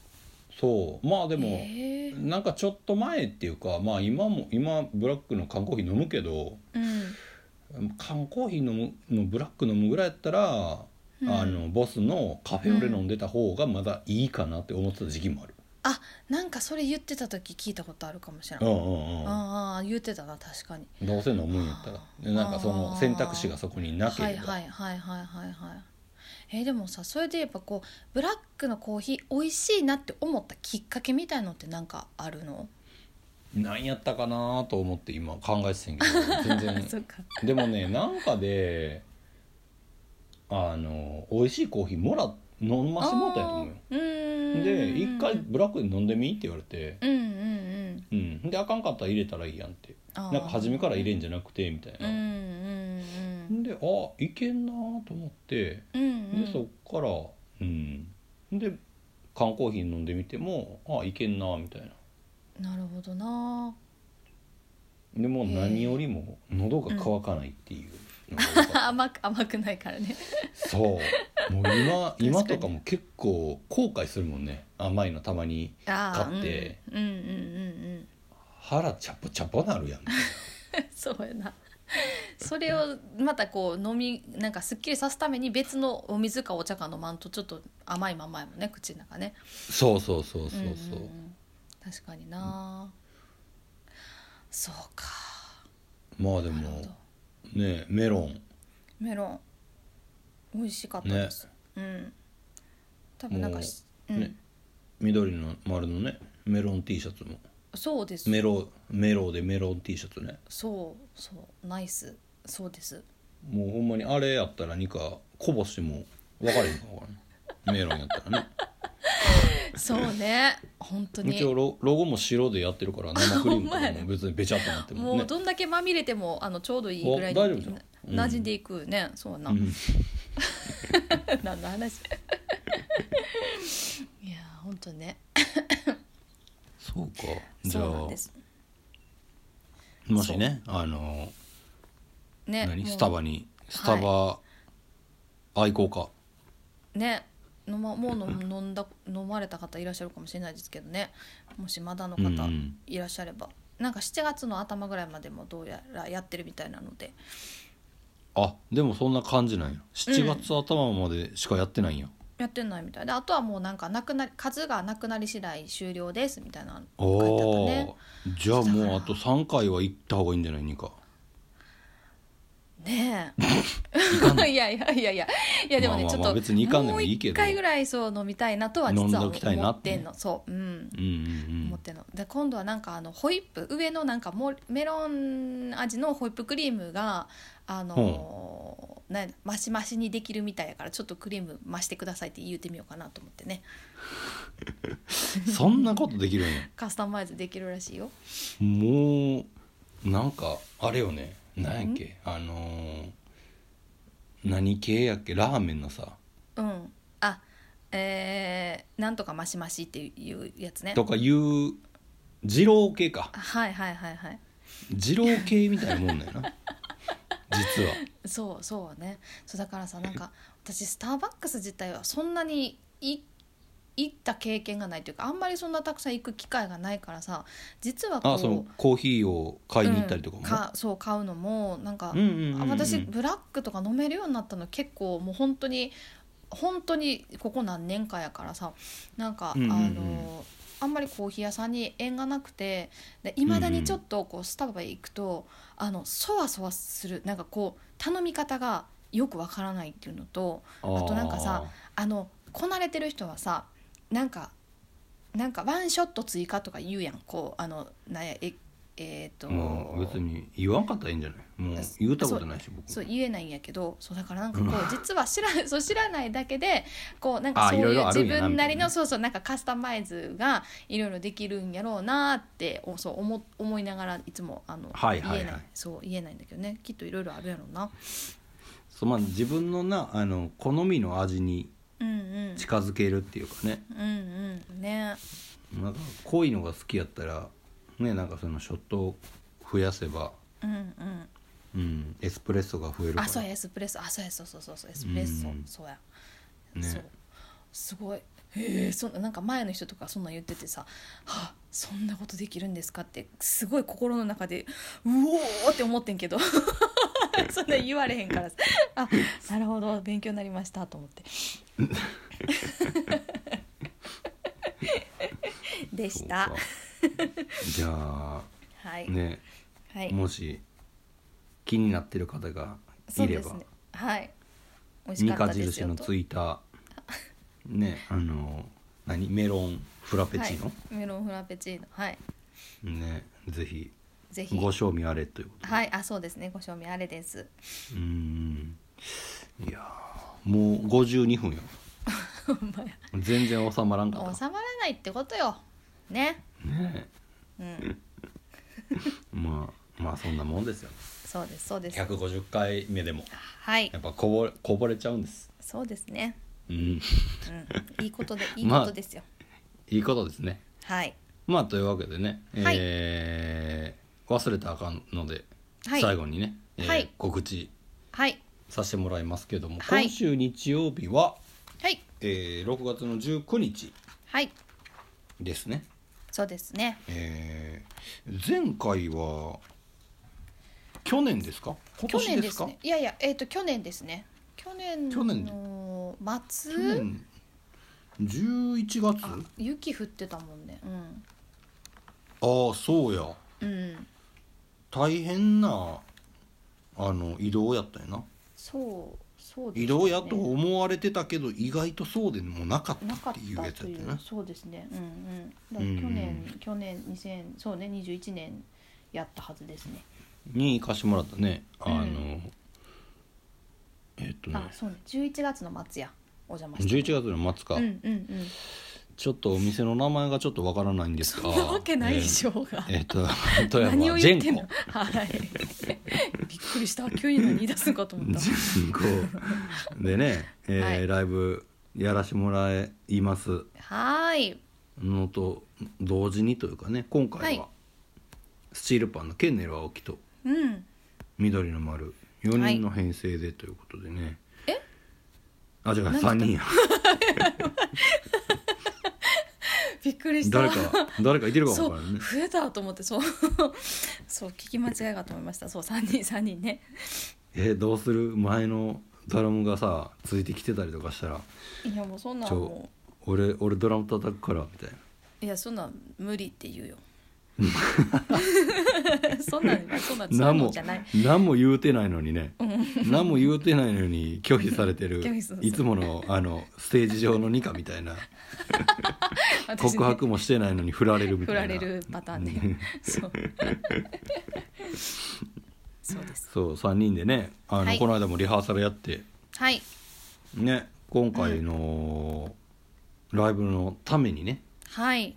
そうまあでも、
えー
なんかちょっと前っていうかまあ今も今ブラックの缶コーヒー飲むけど
うん
缶コーヒー飲むのブラック飲むぐらいやったら、
うん
あのボスのカフェオレ飲んでた方がまだいいかなって思ってた時期もある、
あなんかそれ言ってた時聞いたことあるかもしれ
う
ない、
んう
あ
んうん
あー言ってたな確かに
どうせ飲むんやったらでなんかその選択肢がそこになけ
は
れ
い
ば、
はいはいはいはいはいえーでもさそれで言えばこうブラックのコーヒー美味しいなって思ったきっかけみたいのってなんかあるの
何やったかなと思って今考えてたんやけど全 然
そっか
でもねなんかであの美味しいコーヒーもら飲ましてもらったんやと思うよ
あーうーん
で一回ブラックで飲んでみって言われて
うんうんうん
うんであかんかったら入れたらいいやんって
あー
なんか初めから入れんじゃなくてみたい
うん
な、
うん
であいけんなと思って
うんうんうん
でそっからうんで缶コーヒー飲んでみてもあいけんなみたいな
なるほどな
でもう
へえ
何よりも喉が渇かないっていうのが良かった
甘く甘くないからね
そうもう今今
確か
と
に
かも結構後悔するもんね甘いのたまに
あ
買って
あ、うん、うんうんうんうん
腹チャポチャポなるやん
そうやなそれをまたこう飲みなんかすっきりさすために別のお水かお茶か飲まんとちょっと甘いまんまやもんね口の中ね
そうそうそうそうそ
んんん確かにな、そうか
うまあで
なるほ
も
ど
ねメロン
メロン美味しかったです、うん多分なんかしうん、
ね緑の丸のねメロン T シャツも
そうです
メロメロでメロン T シャツね
そうそうナイスそうです
もうほんまにあれやったらにかこぼしても分かれへんかもわからんメロンやった らね
そうね本当
一応
に
ロロゴも白でやってるから生クリームとかも別にべちゃっとなっても
も
ね
うどんだけまみれてもあのちょうどいいぐらいに
お大丈夫じゃんうん
馴染んでいくね、そうやな、
うん
何の話 いやー本当ね
そうかじゃ
そうなん
あ
です
もしねあの
ね
何
もう
スタバにスタバ愛好家、
ね飲まもうの飲んだ飲まれた方いらっしゃるかもしれないですけどねもしまだの方
うんうん
いらっしゃれば、なんか7月の頭ぐらいまでもどうやらやってるみたいなので
あでもそんな感じなんや7月頭までしかやってないんや、
やってないみたいであとはもうなんかなくなり数がなくなり次第終了ですみたいな
お
書いてあった
お、
ね
じゃあ
だか
も
ら
うあと3回は行った方がいいんじゃないニカ
ねえ いやいやいやいやいやでもね、
まあまあまあ
ちょっと
別に行かんでもいいけど
もう一回ぐらいそう飲みたいなとは実は
飲ん
思
どきたいな
っ
って
てんのそううん
うんうん
思ってんので今度はなんかあのホイップ上のなんかもメロン味のホイップクリームがあのーねマシマシにできるみたいやからちょっとクリーム増してくださいって言ってみようかなと思ってね
うんそんなことできるんや
カスタマイズできるらしいよ
もうなんかあれよねなんやっけあのー何系やっけラーメンのさ
うんあえー、なんとかマシマシっていうやつね
とかいう二郎系か
あはいはいはいはい
二郎系みたいなもんだよな実は
そうそうねそうだからさなんか私スターバックス自体はそんなにい行った経験がないというかあんまりそんなたくさん行く機会がないからさ実はこう
あそのコーヒーを買いに行ったりとかも
うん、かそう買うのもなんか、
うんうんうんうん
あ私ブラックとか飲めるようになったの結構もう本当に本当にここ何年かやからさなんか、
うんうんうん
あのあんまりコーヒー屋さんに縁がなくていまだにちょっとこうスタバ行くとあのそわそわするなんかこう頼み方がよくわからないっていうのと
あ
となんかさあのこなれてる人はさなんかなんかワンショット追加とか言うやんこうあのなんやええーっと
ーもう別に言わんかったらいいんじゃないもう言うたことないし僕
そう言えないんやけどそうだからなんかこう実は知ら そう知らないだけでこうなん
あー
かそう
いろい
いう
ろあ
自
るんやな
分なり
みたい
の
な
そうそうなんかカスタマイズがいろいろできるんやろうなっておそう思思いながらいつもあの、
はいはいはい
言えないそう言えないんだけどねきっといろいろあるやろうな。
そうまあ自分のなあの好みの味に
うんうん
近づけるっていうかね
うんうんね
なんか濃いのが好きやったらねなんかそのショットを増やせば、
うんうん
うん、エスプレッソが増えるから
あそうやエスプレッソあそうやそうそうそうそうエスプレッソ、
うん
そうや、
ね
そうすごいへえそんななんか前の人とかそんなん言っててさ「はあそんなことできるんですか?」ってすごい心の中で「うおー!」って思ってんけ どそんな言われへんからさ「あなるほど勉強になりました」と思 って。で
そう
した
か。 じゃあ
はい、
ね
はい、
もし気になってる方がいれば、
ね。はい。美味
三
しかった
日
です
印
よ
の
と
つい たねあの何メロンフラペチーノ、
はい、メロンフラペチーノはい
ねぜひ
ぜひ
ご賞味あれということで、
はいあそうですねご賞味あれです
う んいやーもう52分よ
ほんまや
全然収まらんかっ
収まらないってことよね
たね
うん
まあまあそんなもんですよ
そうですそうです
150回目でも
はい
やっぱこぼれこぼれちゃうんです
そうですね
うん
うんい いことでいいことですよ、
いいことですね
はい
まあというわけでね、
はい
えー忘れたらあかんので、
はい
最後にね、えー
はい
告知
はい
させてもらいますけども、
はい
今週日曜日は、
はい
えー6月の19日
はい
ですね、
そうですね
えー前回は去年ですか今
去
年
年
で
ですす
か
ねいやいやえっ、と去年ですね去年
去年
の末
去年11月
あ雪降ってたもんねうん
ああそうや
うん
大変なあの移動やったよな
そうそうですね
移動やと思われてたけど意外とそうでもなかっ
な
た
か
っ
って
いうや
た
つ
と
や
い
ったよ
う
ね
そうですねうんうんだか
うんうん
ら去年、去年2000そうね21年やったはずですね
に行かしてもらったねあの、
うん
えっとね
あそうね11月の末やお邪魔した
11月の末か、
うんうんうん
ちょっとお店の名前がちょっとわからないんですが
そんなわけないでしょうが、
えーえっ と富
何を
山ジ
言って
ェ
ん
ン
の
コ
はい びっくりした急に何言い出すんかと思った
ジェンコで ね、えー
はい
ライブやらしてもらいます
はーい
のと同時にというかね今回は、
はい
スチールパンのケンネル青木と
うん
緑の丸4人の編成でということでね、
え
あ違う
何
3人や
びっくりした
誰か誰かいてるかも
そう
わからんね
増えたと思ってそう そう聞き間違いかと思いましたそう3人3人ね
えどうする前のドラムがさついてきてたりとかしたら
いやもうそ
「
んな
ち
んも
ょ俺俺ドラム叩くから」みたいな
ういやそんなん無理って言うよそんなんそんなんそうい
何
うの
も
じゃない
何も言うてないのにね何も言うてないのに拒否されてる
拒否する
いつものあのステージ上のニカみたいな
私ね
告白もしてないのに振られるみた
振
いな
られるパターンねそうそうです
そう3人でねあの、
はい
この間もリハーサルやって
はい
ね今回のライブのためにね、
はい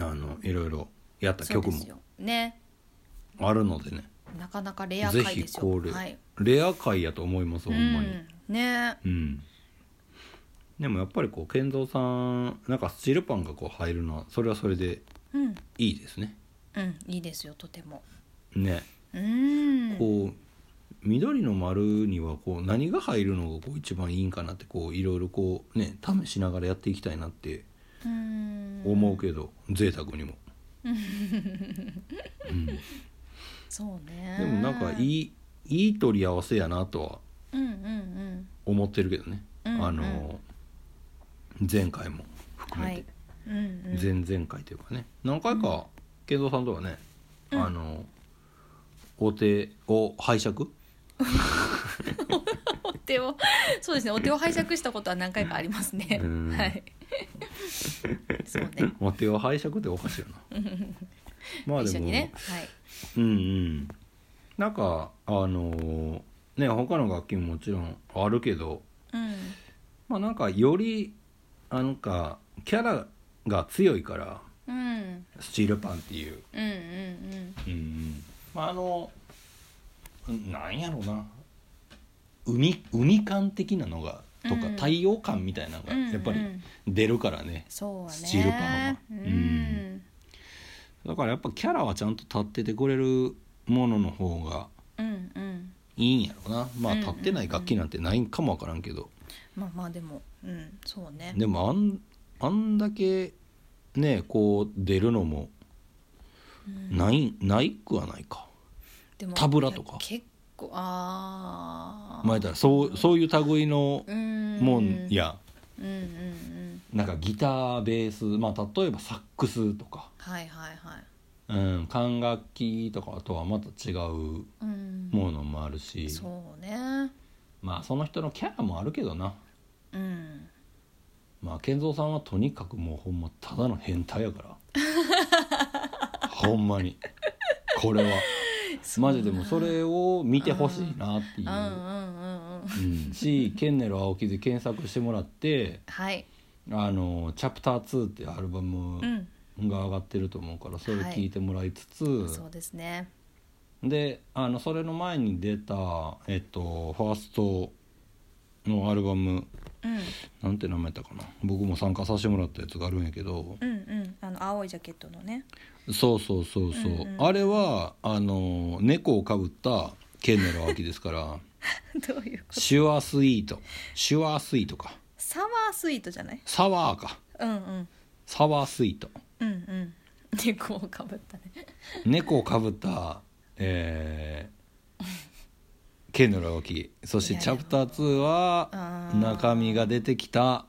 あのいろいろやった
そう
曲
で
も
すよね
あるのでね
なかなかレア
ぜ
回
ひ
ですよ
これ、
はい
レア回やと思いますほんまに、
うん、ね
うんでもやっぱりこう健三さんなんかスチールパンがこう入るのはそれはそれで
うん
いいですね
うんいいですよとても
ね
うん
こう緑の丸にはこう何が入るのがこう一番いいんかなってこういろいろこうね試しながらやっていきたいなって
うん
思うけど、贅沢 にも、うん、で
そうね
もなんかいいいい取り合わせやなとは
うんうん
思ってるけどね、
うんうん
あの前回も
うん
含
は
めて、
いうんうん
前々回というかね何回か健三さんとはね、あのお手を拝借
お手をそうですねお手を拝借したことは何回かありますね
うん
はいそうね
お手を拝借っておかしいよ なまあ
一
で
緒
も、
にねはい
うんうんなんかあのね他の楽器ももちろんあるけど
うん
まあなんかよりあなんかキャラが強いから
うん
スチールパンっていう、
うんうん
うんうん、まああのうんなんやろうな海海感的なのがとか、
うん
太陽感みたいなのが
うん
やっぱ
う
り
ん
出るからね、
そうはね
スチールパンはう
う
ん
ん
だからやっぱキャラはちゃんと立っててくれるものの方が
うんうん
いいんやろなまあ
うんうん
立ってない楽器なんてないんかもわからんけど、
まあまあでもうんそうね
でもあんあんだけねこう出るのも
うん
ない、ないくはないか
でも
タブラとか
結構ああ
前だらそうそういう類の
うん
もんや、
うんうんうん
なんかギターベースまあ例えばサックスとか、
はいはいはい
うん、管楽器とかとはまた違う
うん
ものもあるし、
そうね
まあその人のキャラもあるけどな
うん
まあ健三さんはとにかくもうほんまただの変態や からほんまにこれはマジでもうそれを見てほしいなってい
うんう
う、
んうんうん
うん、し「ケンネル青木」で検索してもらって
はい
「あのチャプター2」っていうアルバム
うん
が上がってると思うからそれを聞いてもらいつつ、
そうですね
であのそれの前に出た、えっと、ファーストのアルバム
うん
なんて名前やったかな僕も参加させてもらったやつがあるんやけど。
うんうんあの青いジャケットのね
そうそうそうそう、
うんうん
あれはあの猫をかぶったケンネル青木ですから
どういうこと
シュワースイートシュワースイートか
サワースイートじゃない
サワーか
うんうん
サワースイート
うんうん猫をかぶったね
猫をかぶったえー、ケンネル青木そし
い
て
や
チャプター2は
あー
中身が出てきた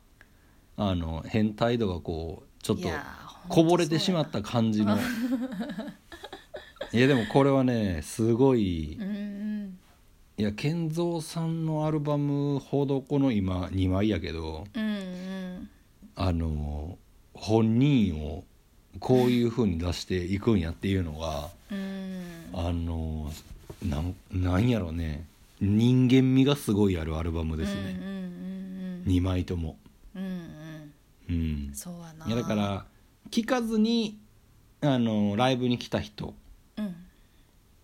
あの変態度がこうちょっ
い
と
やーほんと
こぼれてしまった感じのいやでもこれはねすごい
うんうん
いや健三さんのアルバムほどこの今2枚やけど
うんうん
あの本人をこういう風に出していくんやっていうのが
うん
あのなんなんやろね人間味がすごいあるアルバムです
うんう
ね、
ん
2枚とも。
うんうんうん
うん
うん、そうやない
やだから聞かずにあのライブに来た人
うん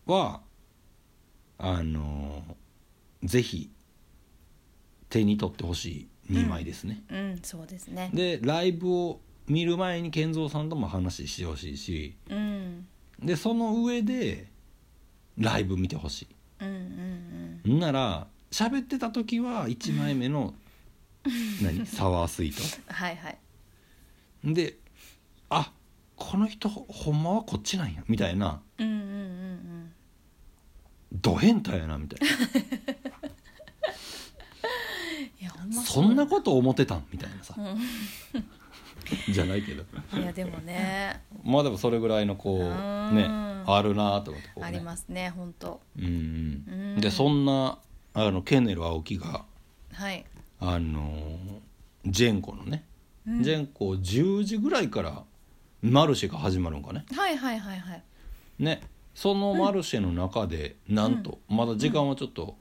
はあのぜひ手に取ってほしい2枚ですね。
うんそうですね
でライブを見る前に健三さんとも話してほしいし
うん
でその上でライブ見てほし
うんうん
いんなら喋ってた時は1枚目 の何サワースイー
うんはいはい
トであこの人ほほんまはこっちなんやみたいな
うんうんうんうん
ド変態やなみたい
いやほんま
そんなこと思ってたんみたいなさ
う、ん
じゃないけど
いやでも ね
まあでもそれぐらいのこう
うん
ねあるなと思ってこう、ね、
ありますね本当
うんう
うん
んでそんなあのケネル青木が
はい、
あのージェンコのね、
うん
ジェンコ10時ぐらいからマルシェが始まるんかね
はいはいはいはい
ねそのマルシェの中で、なんとまだ時間はちょっと、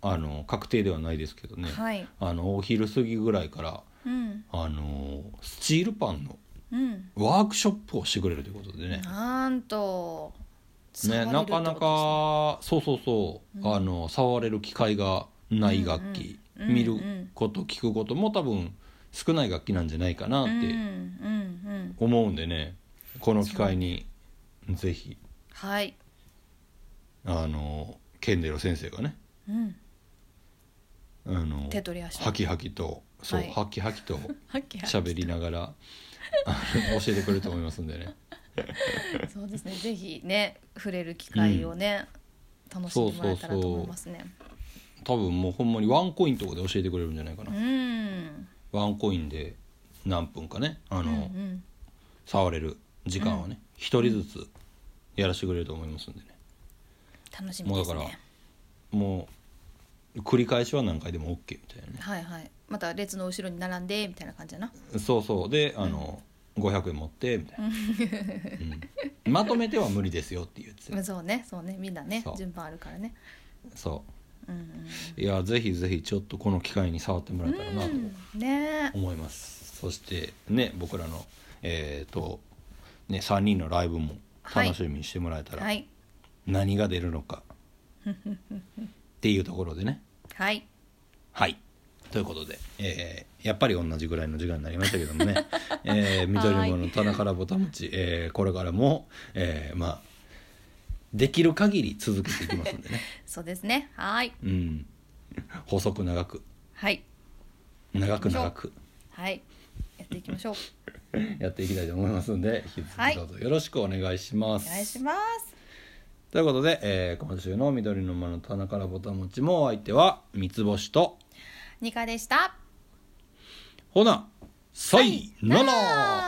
あの確定ではないですけどね、
はい
あのお昼過ぎぐらいから
うん
あのースチールパンの
うん
ワークショップをしてくれるということでね
なんと
ね
触れる
な
ってこ
か
と
なかそうそうそう、あの触れる機会がない楽器、
うんうん
見
うんう
る
ん
こと聞くことも多分少ない楽器なんじゃないかなっ
ですねうん
て
うんうん
思うんでね、この機会にぜひ
はい
あのケンデロ先生がね
うん
あの
手取り足
ハキハキとそう、
はい
ハキハキ と
はっきり
喋りながらあの教えてくれると思いますんでね。
そうですねぜひね触れる機会をね、楽しんでもらえたらと思いますね
多分もうほんまにワンコインとかで教えてくれるんじゃないかな、
うん
ワンコインで何分かねあ
う
の、
んうん
触れる時間はね一、人ずつやらせてくれると思いますんでね
楽しみ
も
で
う
す
だから
ね
もう繰り返しは何回でも OK みたいな
はいはいまた列の後ろに並んでみたいな感じだな
ねそうそうであの、500円持ってみたいな、うんまとめては無理ですよって言って
ま
た
あそうねそうねみんなね
そう
順番あるからね
そ
うんうん
ういやぜひぜひちょっとこの機会に触ってもらえたらなと
うんね
思います、そしてね僕らのえっ、とね3人のライブも楽しみにしてもらえたら、
はい
何が出るのかっていうところでね
はい
はい。ということで、えーやっぱり同じぐらいの時間になりましたけども ね、えー、緑物の棚からぼたもち、えーこれからも、えーまあ、できる限り続けていきますん でね、
そうですねはい
うん。細く長く、
はい
長く長く
はいやっていきましょう
やっていきたいと思いますので、引き続
はい
きどうぞよろしくお願いします。
お願いします
ということで、えー今週の緑の間の棚からぼたもちもお相手は、三つ星と、
ニカでした
ほな、さいな
さよな
ら